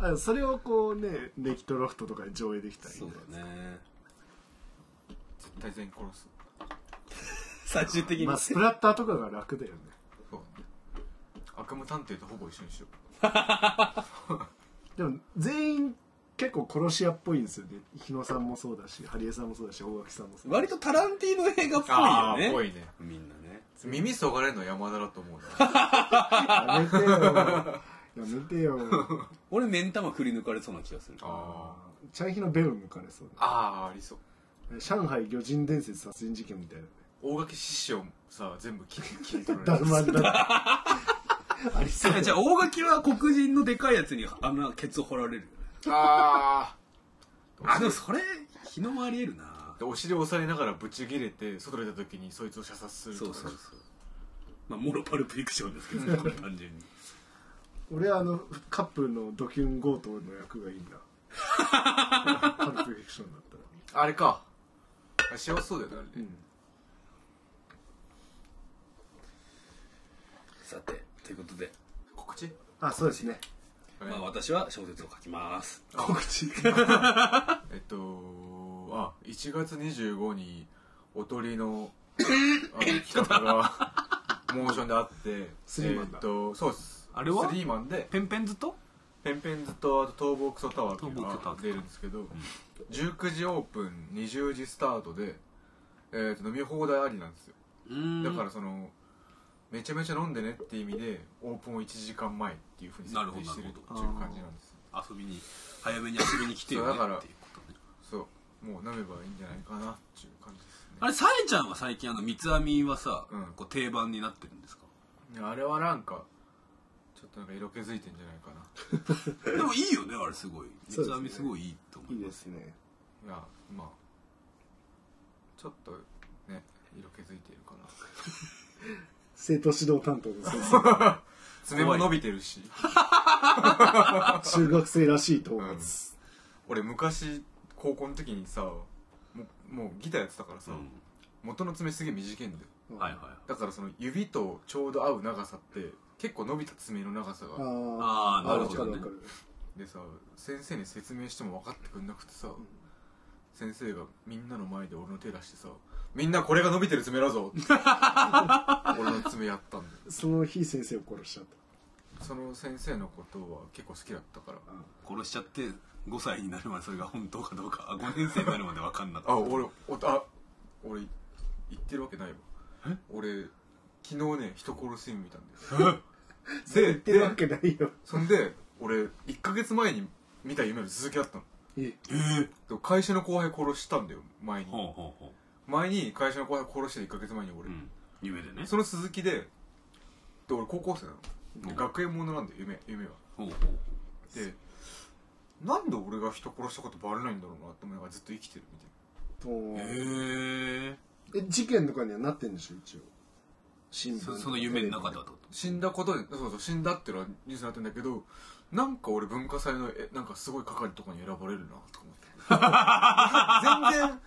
S1: あそれをこうねネキトロフトとかで上映できたらいい
S2: そ
S1: ね
S2: うだね
S3: 絶対全員殺す
S2: 最終的に、
S1: まあスプラッターとかが楽だよね
S3: そうね悪夢探偵とほぼ一緒にしよ
S1: でも全員結構殺し屋っぽいんですよね日野さんもそうだしハリエさんもそうだし大垣さんもそうだし
S2: 割とタランティーノ映画っ
S3: うああ
S2: ぽいよ
S3: ぽ
S2: ね
S3: いね
S2: みんなね
S3: 耳そがれるの山田だと思うな
S1: やめてよやめてよ
S2: 俺目ん玉振り抜かれそうな気がする
S3: あ
S1: チャイヒのベロ抜かれそう
S3: あああありそう
S1: だ上海魚人伝説殺人事件みたいなね
S3: 大垣獅子をさ全部切り 切り取ら
S1: ダ
S3: れ
S1: ル
S3: る
S1: マンだありそうだ
S2: じゃあ大垣は黒人のでかいやつに穴ケツを掘られる
S3: あ
S2: あでもそれ日の回り得るな
S3: でお尻を押さえながらブチ切れて外出た時にそいつを射殺すると
S2: そう
S3: か
S2: そうそうまあモロパルプフィクションですけどねこれ単純に
S1: 俺はあのカップルのドキュン強盗の役がいいんだパルプフィクションだったら
S3: あれかあ幸せそうだよね、
S1: うん
S2: さてということで、
S3: 告知
S1: あそうですね
S2: まあ、私は小説を書きます
S1: 告知
S3: えっとあ1月25におとりの あの企画がモーションであって
S1: スリーマンだ
S3: えっとそうっす
S2: あれは
S3: スリーマンで
S2: ペンペンズと
S3: ペンペンズとあと東防クソタワーっていうの
S2: 東
S3: が
S2: 房クソタワー
S3: 出るんですけど19時オープン20時スタートで、えっと飲み放題ありなんですよ
S2: うん
S3: だからそのめちゃめちゃ飲んでねっていう意味でオープンを1時間前っていうふうに設定してるっていう
S1: なるほどなるほど
S3: 感じなんですよ
S2: 遊びに早めに遊びに来てよね
S3: そうだから
S2: っていうことね
S3: そうもう飲めばいいんじゃないかなっていう感じですね
S2: あれさえちゃんは最近あの三つ編みはさ、
S3: うん
S2: こう定番になってるんですか
S3: いやあれはなんかちょっとなんか色気づいてんじゃないかな
S2: でもいいよねあれすごい
S1: そ
S2: 三
S1: うですね
S2: つ編みすごいいいと思
S1: い
S2: い
S1: い
S2: ま
S1: ですすね
S3: いやまあちょっとね色気づいてるかな
S1: 生徒指導担当の先生
S3: 爪も伸びてるし
S1: 中学生らしい統括、
S3: 俺昔高校の時にさもうもうギターやってたからさ、
S2: うん
S3: 元の爪すげえ短いんだよ
S2: はいはい
S3: だからその指とちょうど合う長さって結構伸びた爪の長さ
S1: あ
S3: が
S1: ー
S2: あーなる
S1: わ
S2: ほ
S1: か
S2: ど
S1: る
S2: ね
S1: わかる
S3: でさ先生に説明しても分かってくんなくてさ、
S1: ん
S3: 先生がみんなの前で俺の手出してさ「みんなこれが伸びてる爪だぞ」 って俺の爪やったんだよ
S1: その日先生を殺しちゃっ
S3: その先生のことは結構好きだったから
S1: た
S2: 殺しちゃって5歳になるまでそれが本当かどうかあ5年生になるまで分かんなか
S3: あ
S2: った
S3: 俺おあ俺言ってるわけないわ俺昨日ね人殺す夢見たんだよ
S1: そう言
S3: で
S1: ってるわ
S3: で
S1: けないよ
S3: そんで俺1ヶ月前に見た夢の続きだったの
S1: え
S2: えー
S3: でも会社の後輩殺したんだよ前に
S2: ほうほうほ
S3: 前に会社の後輩殺して1ヶ月前に
S2: う、
S3: 俺、
S2: うん、夢でね
S3: その続きでで俺高校生なの、
S2: うん
S3: 学園ものなんだよ夢夢は
S2: ほうほ
S3: でなんで俺が人殺したことバレないんだろうなって思いながらずっと生きてるみたいな
S1: と
S2: うへ
S1: え事件とかにはなってんでしょ一応新
S2: え
S1: 聞と
S2: そ
S1: か
S2: その夢の中だと
S3: 死んだことにそうそう死んだっていうのはニュースになってんだけどなんか俺文化祭のえなんかすごい係とかに選ばれるなとか思って全然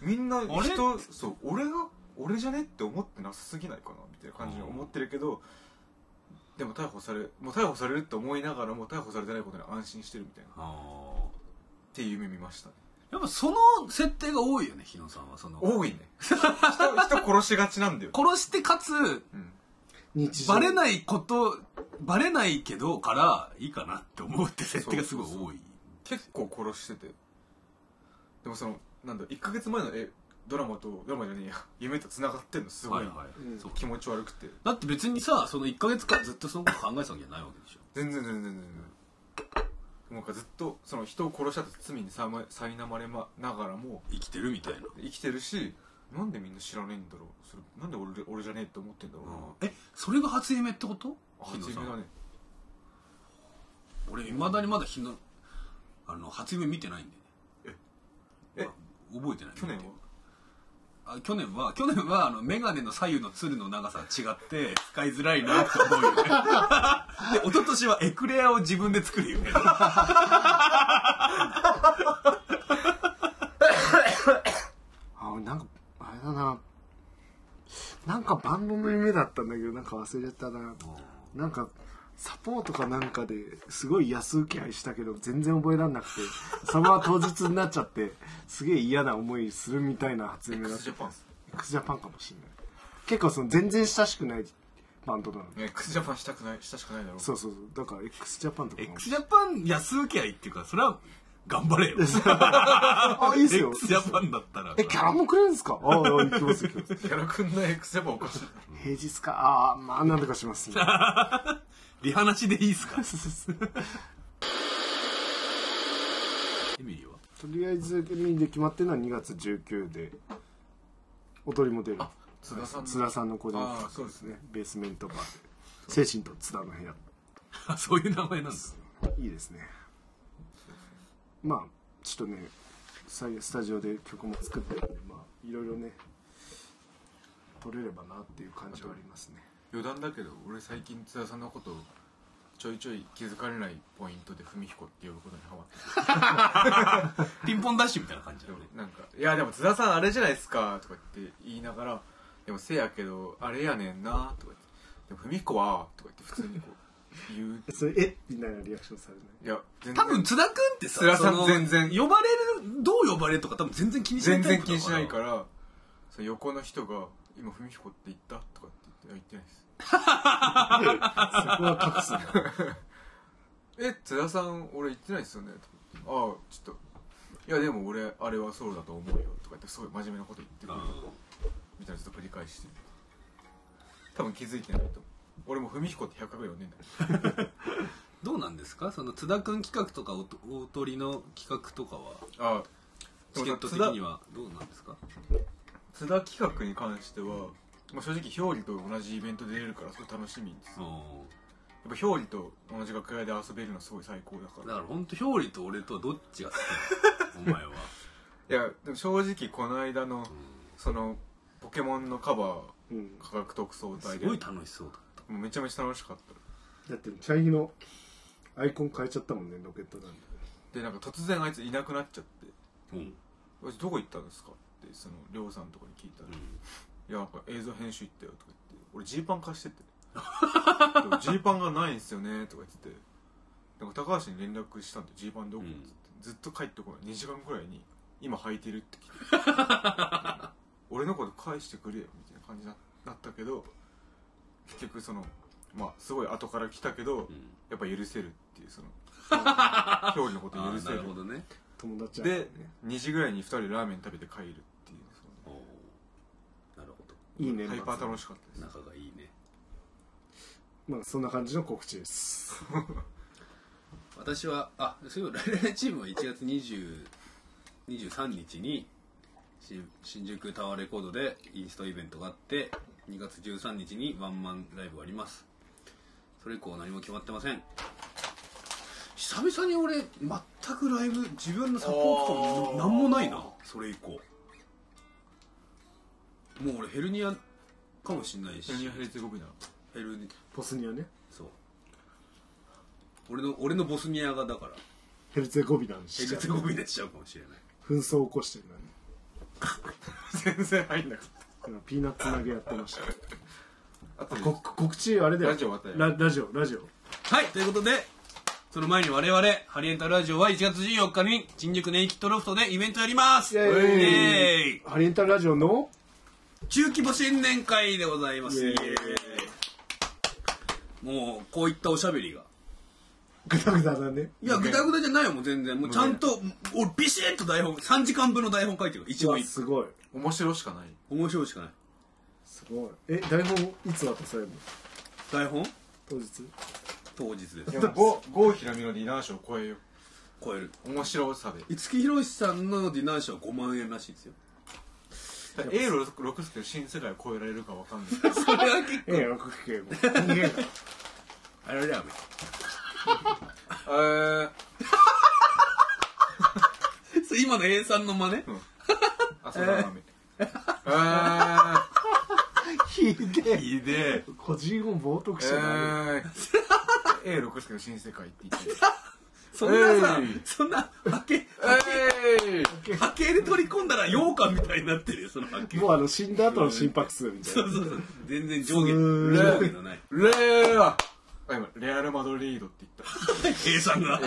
S3: みんな
S2: あれ
S3: 人そう俺が俺じゃねって思ってなさすぎないかなみたいな感じに思ってるけどでも逮捕されもう逮捕されるって思いながらも逮捕されてないことに安心してるみたいなっ
S2: ああ
S3: ていう夢見ましたね
S2: やっぱその設定が多いよね日野さんはその
S3: 多い ね人人殺しがちなんだよ、
S2: 殺してかつ
S3: うん、
S1: 日常
S2: バレないことバレないけどからいいかなって思うって設定がすごい
S3: そう
S2: 多い
S3: 結構殺しててでもそのなんだ1ヶ月前のえドラマとドラマじゃねえや 夢と繋がってんのすごい、
S2: はいはい
S1: うん
S2: そう
S3: 気持ち悪くて
S2: だって別にさその1か月間ずっとそのこと考えてたわけじゃないわけでしょ
S3: 全然全然全然なんかずっとその人を殺したって罪にさま苛まれまながらも
S2: 生きてるみたいな、
S3: 生きてるしなんでみんな知らねえんだろうそれなんで俺俺じゃねえって思ってんだろうな、
S2: えそれが初夢ってこと日野
S3: 初
S2: さん
S3: 夢だね
S2: 俺いまだにまだ日のあの初夢見てないんでね
S3: え
S2: まあ覚えてない
S3: 去年
S2: 見
S3: は
S2: てあ去年は去年はあの眼鏡の左右のつるの長さが違って使いづらいなって思う よねで一昨年はエクレアを自分で作る夢
S1: あなんかあれだななんかバンドの夢だったんだけどなんか忘れたななんかサポートかなんかですごい安請け合いしたけど全然覚えられなくてそのまま当日になっちゃってすげえ嫌な思いするみたいな発明だった
S3: x ジャパンっす
S1: x ジャパンかもしれない結構その全然親しくないバンドなの
S3: ね x ジャパンしたくないしたしかないだろう
S1: そうそうそうだから x ジャパンとかも
S2: x ジャパン安請け合いっていうかそれは頑張れよ
S1: あいいっすよ
S2: x ジャパンだったら
S1: えキャラもくれるんです かああ行きます行きます
S3: ギャラくんない x ジャパンおかしい
S1: 平日かああまあ何とかし ます、ね、
S2: リハなしでいいっすかエミリーは
S1: とりあえず見で決まってるのは2月19で踊りも出る
S3: あ津田さんの
S1: 津田さんの個人
S3: ああそうですね
S1: ベースメントバーで精神と津田の部屋
S2: あ そういう名前なんです
S1: いいですねまあちょっとねさいスタジオで曲も作ってるんでまあいろいろね撮れればなっていう感じはありますね
S3: 余談だけど俺最近津田さんのことをちょいちょい気づかれないポイントで文彦って呼ぶことにハマって
S2: ピンポンダッシュみたいな感じだね
S3: るなんか「いやでも津田さんあれじゃないですか」とか言って言いながら「でもせやけどあれやねんな」とか言って「でも文彦は」とか言って普通にこう言う
S1: それえみたいなリアクションされない
S3: いや全
S2: 多分津田君ってさ
S3: 津田さん
S2: その
S3: 全然
S2: 呼ばれるどう呼ばれるとか多分全然気にしない
S3: 全
S2: タイ
S3: 然
S2: プ
S3: 気にしないかららその横の人が「今文彦って言った?」とかって言って「いや言ってないです」
S1: そこは隠すな
S3: え津田さん俺言ってないですよねとか言ってああちょっといやでも俺あれはそうだと思うよとか言ってすごい真面目なこと言ってくるみたいなずっと繰り返してる多分気づいてないと思う俺も文彦って100回ぐらい呼んでんだよ
S2: どうなんですかその津田君企画とかおと大鳥の企画とかは
S3: ああ
S2: チケット的にはどうなんですか
S3: 津田企画に関しては、まあ、正直表裏と同じイベント出れるからすごい楽しみですやっ
S2: あ
S3: ぱ表裏と同じ楽屋で遊べるのすごい最高だか
S2: あだ
S3: ら
S2: から本当表裏と俺とはどっち が好きなのお前はい
S3: やでも正直この間のそのポケモンのカバ
S1: うん
S3: ー価格特捜
S2: す
S3: 隊で
S2: ごい
S3: も
S2: 楽しそうだった
S3: うめちゃめちゃ楽しかった
S1: だってチャイのアイコン変えちゃったもんねロケットなんで
S3: でなんか突然あいついなくなっちゃって
S2: うん
S3: 「私どこ行ったんですか?」ってそのりょうさんとかに聞いたら
S2: う
S3: 「
S2: ん
S3: いやなんか映像編集行ったよ」とか言って「俺ジーパン貸して」って「でもジーパンがないんですよね」とか言っててなんか高橋に連絡したんで「ジーパンどこ?」っ
S2: うん
S3: つって、ずっと帰ってこない2時間くらいに「今履いてる」って聞いて俺のこと返してくれよみたいな感じにななったけど結局そのまあすごい後から来たけど、
S2: うん
S3: やっぱ許せるっていう その表裏のこと
S2: あ
S3: 許
S2: ー
S3: せ
S2: な
S3: る
S2: るほどね
S1: 友達は
S3: で2時ぐらいに2人でラーメン食べて帰るっていう
S2: おーなるほ
S1: いいね
S3: ハイパー楽
S1: し
S3: しかったです
S2: ど仲がいいね
S1: まあそんな感じの告知です
S2: 私はあそういえばライライ チームは1月20 23日に新新宿タワーレコードでインストイベントがあって2月13日にワンマンライブがありますそれ以降何も決まってません久々に俺全くライブ自分のサポートとか何もないなそれ以降もう俺ヘルニアかもしんないし
S3: ヘルニアヘルツェゴビナ
S2: ヘルニ
S1: ボスニアね
S2: そう俺の俺のボスニアがだから
S1: ヘルツェゴビナに
S2: ヘ
S1: しち
S2: ル
S1: ゃう
S2: ツェゴビナしちゃうかもしれない
S1: 紛争を起こしてるのね
S3: 全然入んなかっ
S1: 今ピーナッツ投げやってました
S3: たあと
S1: こ告知あれだよ
S3: ラジオ終わったよ
S1: ララジオラジオ
S2: はいということでその前に我々ハリエンタルラジオは1月14日に新宿ネイキッドロフトでイベントやります
S1: イエーイ
S2: イエーイ
S1: ハリエンタルラジオの
S2: 中規模新年会でございます
S1: イエーイ
S2: イエーイもうこういったおしゃべりが
S1: グダグダだね
S2: いやぐだぐだじゃないよもう全然もうちゃんと俺ビシッと台本3時間分の台本書いてる一
S1: う
S2: 応
S1: わすごい
S3: 面白しかない
S2: 面白いしかない
S1: すごいえ台本いつ渡されるの
S2: 台本
S1: 当日
S2: 当日です
S3: いやゴゴーヒラミのディナーショーを超えよ
S2: 超える
S3: 面白さで
S2: 五木ひろしさんのディナーショーは5万円らしいですよ
S3: エール6助の新世界を超えられるかわかんないけど
S2: それは結
S1: ええよく聞けよ人間が
S2: あれだ
S3: えー
S2: 今の A さんの真似
S3: あそうだラーメンえー
S1: ひでえ
S2: いいで
S1: 個人を冒涜
S3: え
S1: しちゃダメ
S3: ー A 六助の新世界って言って
S2: そんなさ
S3: えい
S2: そんな波形
S3: え
S2: 波形で取り込んだら羊羹みたいになってるよその波形
S1: もうあの死んだ後の心拍数みたい
S2: そう
S1: な。
S2: そうそう全然上下
S1: すー
S2: 上下のない
S3: ーレアあ今レアル・マドリードって言った
S2: A さんが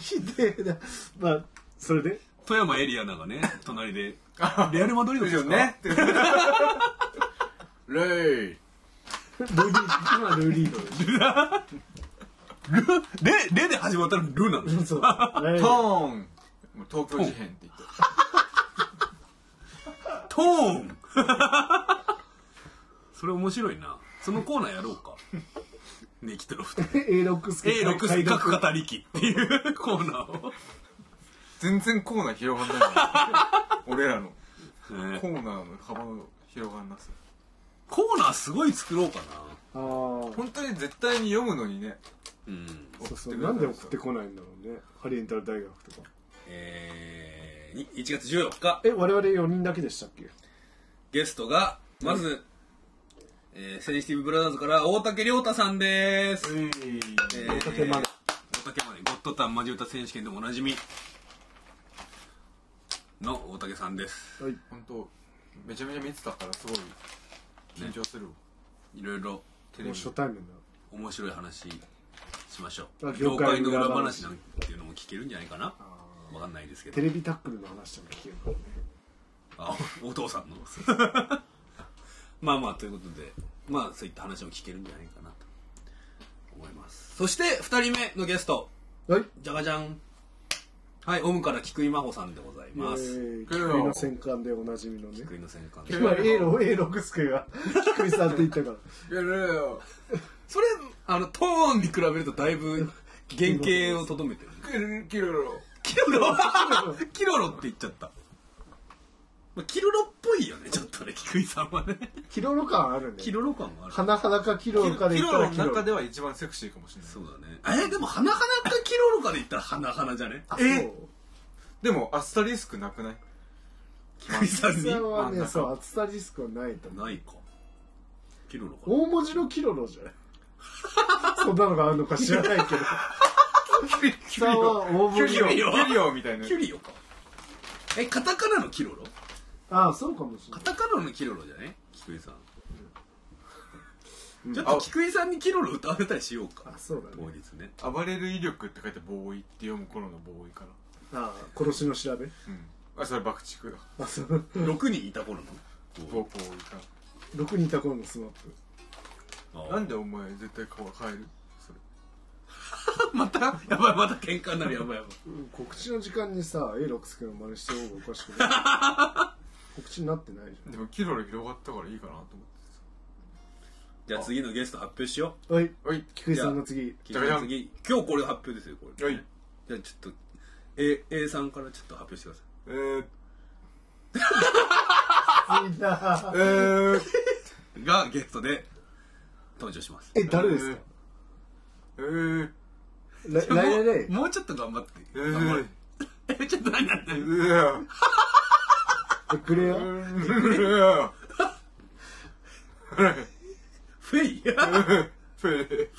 S1: ひでえな。まあ、それで、
S2: 富山エリアなんかね隣でレアル・マドリード
S3: ですよねって レイ
S1: ルリー、今ルリードでし
S2: レレで始まったらルなの
S1: ょ。そう。ライブ
S3: トーンもう東京事変って言って
S2: トーン それ面白いなそのコーナーやろうかネキトロフト
S1: A6 スケ
S2: A6 せっかく語りきっていうコーナーを
S3: 全然コーナー広がんないから 俺らの
S2: ね
S3: コーナーの幅の広がんなさ
S2: コーナーすごい作ろうかな
S1: ああ。
S3: 本当に絶対に読むのにね
S2: うん
S1: そう
S3: 送
S1: そ
S3: って
S1: う。
S3: くれた
S1: なんん
S3: で
S1: で
S3: すよ
S1: 送ってこないんだろうね。ハリエンタル大学とか。
S2: えー、1月14日
S1: え、我々4人だけでしたっけ
S2: ゲストがまず、えーセンシティブブラザーズから大竹亮太さんです、えー、大
S1: 竹まで
S2: 大竹までゴッドタンマジ歌選手権でもおなじみの大竹さんです
S1: はい。
S3: 本当めちゃめちゃ見てたからすごい緊張するわ、
S2: いろいろ
S3: テレ
S1: もう
S3: ビ
S1: 初対面だ。
S2: 面白い話しましょ
S1: あ
S2: う業
S1: 業
S2: 界
S1: 界
S2: の
S1: の
S2: 裏
S1: 裏話
S2: 話なんていうのも聞けるんじゃないかなわかんないですけど
S1: テレビタックルの話とか聞けるからね。
S2: あおお 父さんのまあまあということでまあそういった話も聞けるんじゃないかなと思いますそして2人目のゲスト
S1: はい。
S2: じゃがじゃんはいオウムから菊井真帆さんでございます
S1: えー、菊井の戦艦でおなじみのね。
S2: 菊井の戦艦で
S1: 今 A6、A6 スケが、 菊井さんって言ったから。
S3: やれよ
S2: それあのトーンに比べるとだいぶ原型をとどめてる
S3: キルロ
S2: キロロ キロロって言っちゃった、まあ、キロロっぽいよねちょっとね菊井さんはね
S1: キロロ感あるね
S2: キ。ロロ感もある
S1: 花々かキロロかで
S3: キ
S1: 言っ
S3: ロ
S1: た
S3: ロ
S1: ら
S3: の
S1: キロロ
S3: 中。では一番セクシーかもしれない
S2: そうだねえでも花々かキロロかで言ったら花々じゃね
S1: え
S3: でもアスタリスクなくない
S2: 菊井さんに
S1: 実際は
S3: 真ん
S1: ね
S3: 中
S1: そう厚さリスクはないと思う
S2: ないかキロロか
S1: 大文字のキロロじゃない そんなのがあるのか知らないけど
S3: キュリオ
S1: 大盛り
S3: キュリ
S2: キュリ
S3: オ
S2: オ
S3: キュリオみたいな
S2: キュリオかえカタカナのキロロ
S1: ああそうかもしれ
S2: カ
S1: ない
S2: タカナのキロロじゃね菊井さん、
S1: うん
S2: ちょっと菊井さんにキロロ歌われたりしようか
S1: あそうだ
S2: 当
S1: ね
S2: 日ね
S3: 暴れる威力って書いてボーイって読む頃のボーイから
S1: ああ殺しの調べ
S3: うんあそれ爆竹だ
S1: あそう
S2: 6人いた頃の
S3: ボボーイか
S1: 6人いた頃のスマップ
S2: あ
S3: らなんでお前絶対顔変えるそれ
S2: またやばいまた喧嘩になるやばいやばい
S1: うん告知の時間にさ A6 君の真似してる方がおかしくない告知になってないじ
S3: でもキロロ広がったからいいかなと思ってさ
S2: じゃあ次のゲスト発表しよ
S1: ゃんはい
S3: おい
S1: 菊井さんの次
S2: う菊井さん次今日これ発表ですよこれ
S3: はい
S2: じゃあちょっと A, A さんからちょっと発表してください
S3: えー、
S1: みんな
S3: えー、
S2: がゲストで登場します
S1: え誰ですか
S3: えー、
S1: 来来来来
S2: もうもうちょっと頑張って
S3: え
S2: 頑張
S3: ー
S2: る、えちょっと何なんだ
S3: えー、
S1: えクレア
S3: えー、
S2: フェイ
S3: フェレ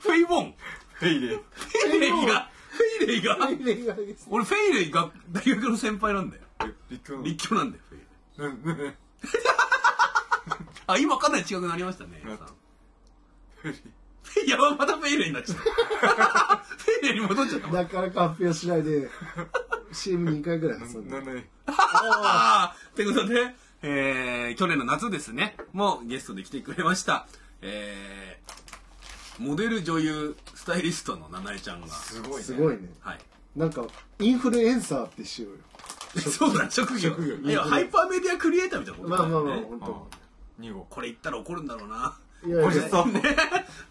S2: フェイボン
S3: フェレ
S2: フェイレイがフェイレイが
S1: 来年がです
S2: 俺フェイレイが大学の先輩なんだよ
S3: 立教
S2: 立教なんだよフェイレイ
S3: なんでフ
S2: あ今かなり近くなりましたね
S3: なったェレ
S2: フェイやばまたフェイレイになっちゃった フェイレイに戻っちゃった
S1: なかなか発表しないで CM2 回ぐらい挟んで
S3: なない
S2: ああということで、えー、去年の夏ですね、もうゲストで来てくれました。えー、モデル女優スタイリストのななえちゃんが。
S3: すごいね
S1: すごいね
S2: はい。
S1: なんかインフルエンサーってしようよ
S2: そうだ、職業。
S1: 職業
S2: いや、ハイパーメディアクリエイターみたいなこと
S1: ま
S2: だ
S1: あ
S2: よ
S1: ま
S2: ね。
S1: あまあ
S3: あ
S1: 本
S3: 2号
S2: これ言ったら怒るんだろうな。
S1: 当いやいや
S3: これさ
S2: ね、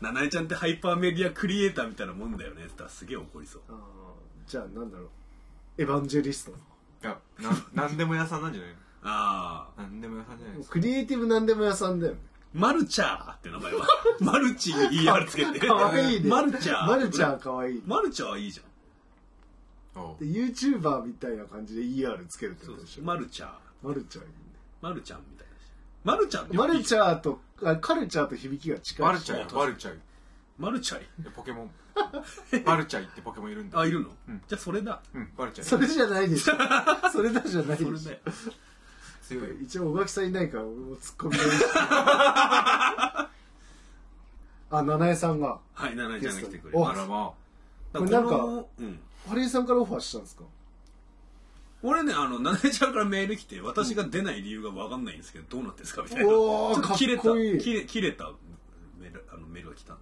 S2: ななえちゃんってハイパーメディアクリエイターみたいなもんだよねって言ったらすげえ怒 りそう。
S1: あーじゃあなんだろうエヴァンジェリス
S3: いやななんでも屋さんなんじゃないの
S2: ああ。
S3: なんでも屋さんじゃない
S1: ト
S3: ですか
S1: クリエイティブなんでも屋さんだよね
S2: マルチャーって名前 は。マルチに ER つけて。
S1: かわいいね
S2: マルチャー。
S1: マルチャーかわいい
S2: マルチャーはいいじゃん。
S3: おう
S1: で YouTuber みたいな感じで ER つけるって
S2: そ
S1: こ
S2: う
S1: とでし
S2: そ
S1: ょ
S2: う。マルチャー。
S1: マルちゃんいいね
S2: マルちゃんみたいな人。マルちゃん
S1: マル
S2: ゃん。
S1: チャーとあカルチャーと響きが近い
S3: バルチャイ
S2: そう
S3: バルチャイ
S2: マルチャイ。
S3: いやポケモンバルチャイってポケモンいるんだ
S2: あ、いるの、
S3: うん
S2: じゃあそれだ。
S3: うんバルチャイ
S1: それじゃない でしょそれだじゃないで
S2: それ
S1: し
S2: だよ。
S3: 強い
S1: ょ一応小垣さんいないから俺もツッコミで あ七重さんが
S2: はい、ナナエちゃんが来てくれ
S1: お
S2: ま
S3: あらま
S2: す。
S1: れなんか
S2: このうん。
S1: ハリーさんからオファーしたんですか
S2: 俺ね、あの、ナナエちゃんからメール来て、私が出ない理由がわかんないんですけど、どうなってんですかみたいな。
S1: おー
S2: ちょっと切れた
S1: かっこいい
S2: 切れ、切れたメール、あの、メールが来たん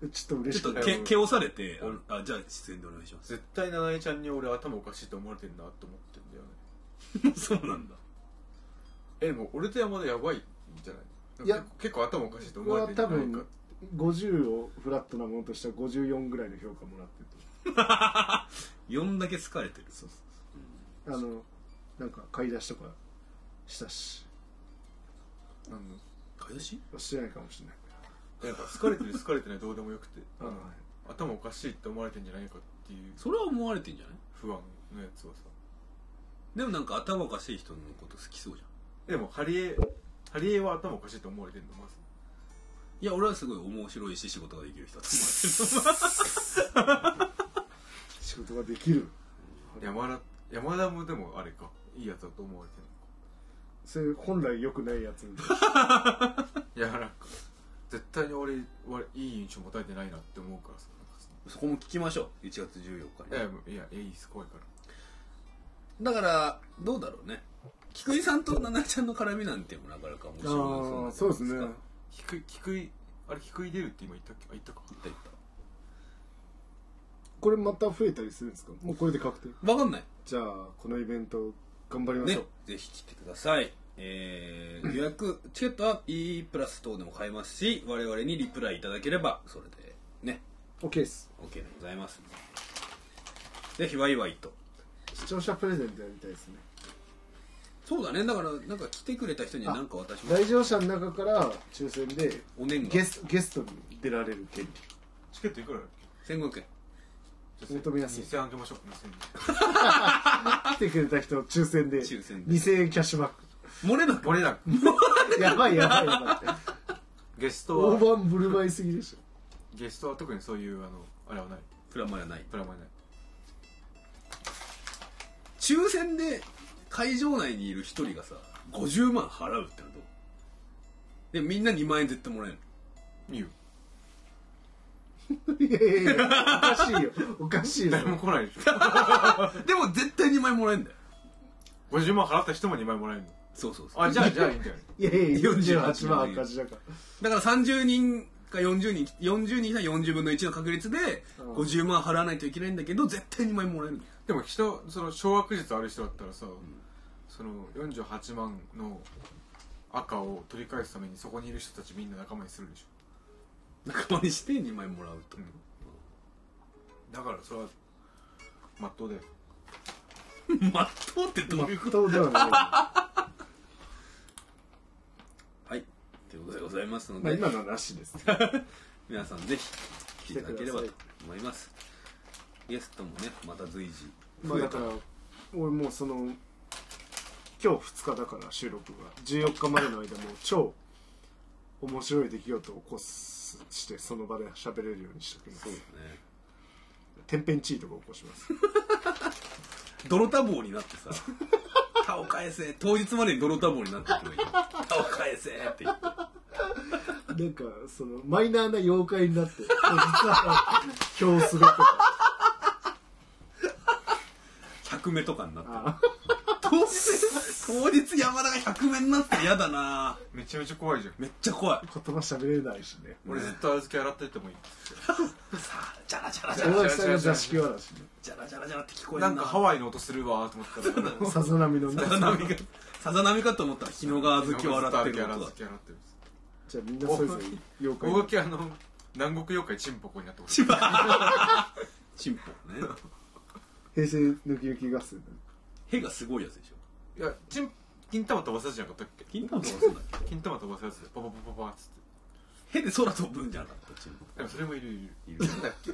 S2: で。
S1: ちょっと嬉し
S2: ちょ
S1: く
S2: ってと、け、けおされて、あ、あじゃあ出演でお願いします。
S3: 絶対ななえちゃんに俺頭おかしいと思われてるなと思ってんだよね
S2: そうなんだ。
S3: えでも俺と山田やばいんじゃない
S1: いや
S3: 結構頭おかしいと思
S1: 僕
S3: われ
S1: は
S3: てるんじ
S1: 多
S3: ゃないか
S1: 分50をフラットなものとしては54ぐらいの評価もらってる
S2: 4だけ好かれてる。そう
S1: とあのなんか買い出しとかしたし
S3: あの
S2: かよし
S1: してないかもしれない
S3: やっぱ好かれてる好かれてないどうでもよくて
S1: あ
S3: あの
S1: の
S3: 頭おかしいって思われてんじゃないかっていう
S2: それは思われてんじゃない
S3: 不安のやつはさ
S2: でもなんか頭おかしい人のこと好きそうじゃん。
S3: でもハリエハリエは頭おかしいと思われてるのまず
S2: いや、俺はすごい面白いし、仕事ができる人だと思ってる。
S1: 仕事ができる
S3: 山田山田もでもあれかいいやつだと思われてるのか
S1: それ本来良くないや つみたい
S3: いやなんか絶対に俺はいい印象持たれてないなって思うからさなんかさ
S2: そこも聞きましょう1月14
S3: い
S2: 日に
S3: やもういやいいです怖いから
S2: だからどうだろうね菊井さんと奈々ちゃんの絡みなんてもなかなか面白い
S1: なああそうですね
S3: 低い低いあれ低い出るって今言ったっけあ言ったか
S2: 言った言っ
S1: これまた増えたりするんですかもうこれで確定
S2: た分かんない
S1: じゃあこのイベント頑張りまし
S2: ね
S1: ょう、
S2: ぜひ来てくださいえ ー、予約チケットは E プラス等でも買えますし我々にリプライいただければそれでね
S1: OK です
S2: OK でございますぜひワイワイと
S1: 視聴者プレゼントやりたいですね
S2: そうだねだからなんか来てくれた人にはなんか私も
S1: 来場者の中から抽選で
S2: お年
S1: ゲ
S2: 賀
S1: スゲストに出られる権利
S3: チケットいくらだっ
S2: 1500円
S3: け
S1: 本当皆さん
S3: 2000円あげましょう2000円
S1: 来てくれた人を抽選で
S2: 抽選で
S1: 2000円キャッシュバッ
S2: 漏れなく
S3: 俺ら
S1: クやばいやばいやばい
S3: ゲスト
S1: 大
S3: は
S1: 盤振る舞いすぎでしょ
S3: ゲストは特にそういうあのあれはない
S2: プラマイはない
S3: プラマイない
S2: 抽選で会場内にいる一人がさ50万払うってのはどうでみんな2万円絶対もらえる
S3: いいよ
S1: いやいやいやおかしいよおかしいよ
S3: 誰も来ないでしょ
S2: でも絶対2万円もらえるんだよ
S3: 50万払った人も2枚もらえるの
S2: そうそうそう
S3: あじゃあじゃあいいんじゃない
S1: いやいや48
S2: 48
S1: 万
S2: 万
S1: 赤字だから
S2: だから30人か40人40人が40分の1の確率で
S1: うん
S2: 50万払わないといけないんだけど絶対2万円もらえるんだよ
S3: でも人その掌握術ある人だったらさ、その48万の赤を取り返すためにそこにいる人たちみんな仲間にするでしょ
S2: 仲間にして2万円もらうと、
S3: うんだからそれはまっとうだよ
S2: まっとうってどうい
S1: 真
S2: うこ
S1: っ
S2: と
S1: 当ではな
S2: はいということでございますの
S1: い
S2: で、
S1: まあ今のはなしです
S2: 皆さんぜひ来ていただければと思いますゲストもねまた随時
S1: まあだから俺もうその今日2日だから収録が14日までの間もう超面白い出来事を起こすしてその場で喋れるようにしておきます
S2: ね
S1: 天変地異とか起こします
S2: 泥多忙にな ってさ「田を返せ」当日までに泥多忙になってくれ「田を返せ」って言って
S1: なんかそのマイナーな妖怪になって実は 今日すごとか
S2: 100目とかになって
S1: あ
S2: 当日当日山田が100目になったら嫌だな
S3: めちゃめちゃ怖いじゃん
S2: めっちゃ怖い
S1: 言葉喋れないしね
S3: 俺ずっと小豆洗ってってもいい
S2: さあじゃらじゃらじゃら
S1: 大橋さんが座敷わらしね
S2: じゃらじゃらじゃらって聞こえる
S3: なんかハワイの音するわーと思ったら
S1: さざ波のね
S2: さざ波かさざ波かと思ったら日野が小豆を洗ってる音だ
S3: 小豆洗ってる
S1: じゃあみんなそれぞれ妖
S3: 大
S1: 怪
S3: 垣あの南国妖怪チンポコになってほしい
S2: 千葉チンポね
S1: 平成抜き抜き合戦
S2: へがすごいやつでしょ
S3: いやチン金玉飛ばすやつじゃなかったっけ
S2: 金玉飛ばすんだっ
S3: 金玉飛ばすやつでパパパパパっつって
S2: けへで空飛ぶんじゃなかったチンポ
S3: でもそれもいるいる
S2: いる
S3: だっけ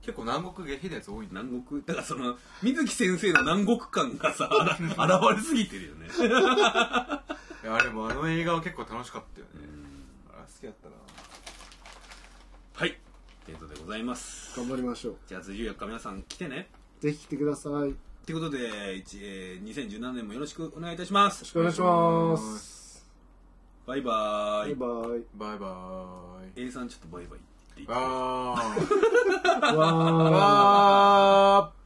S3: 結構南国下品なやつ多いんだ
S2: 南国だからその水木先生の南国感がさあら現れすぎてるよね
S3: いやでもあの映画は結構楽しかったよねあ好きだったな
S2: はいということでございます
S1: 頑張りましょう
S2: じゃあ次4日皆さん来てね
S1: ぜひ来てくださいよろ
S2: ということで、一えー2017年もよろしくお願いいたします
S1: しくお願いします
S2: バイバ
S1: バ
S2: ー
S1: イ
S2: イ
S1: バイ
S3: バイバーイ
S2: A さんちょっとバイバイって言って
S3: あー
S1: わー
S3: あー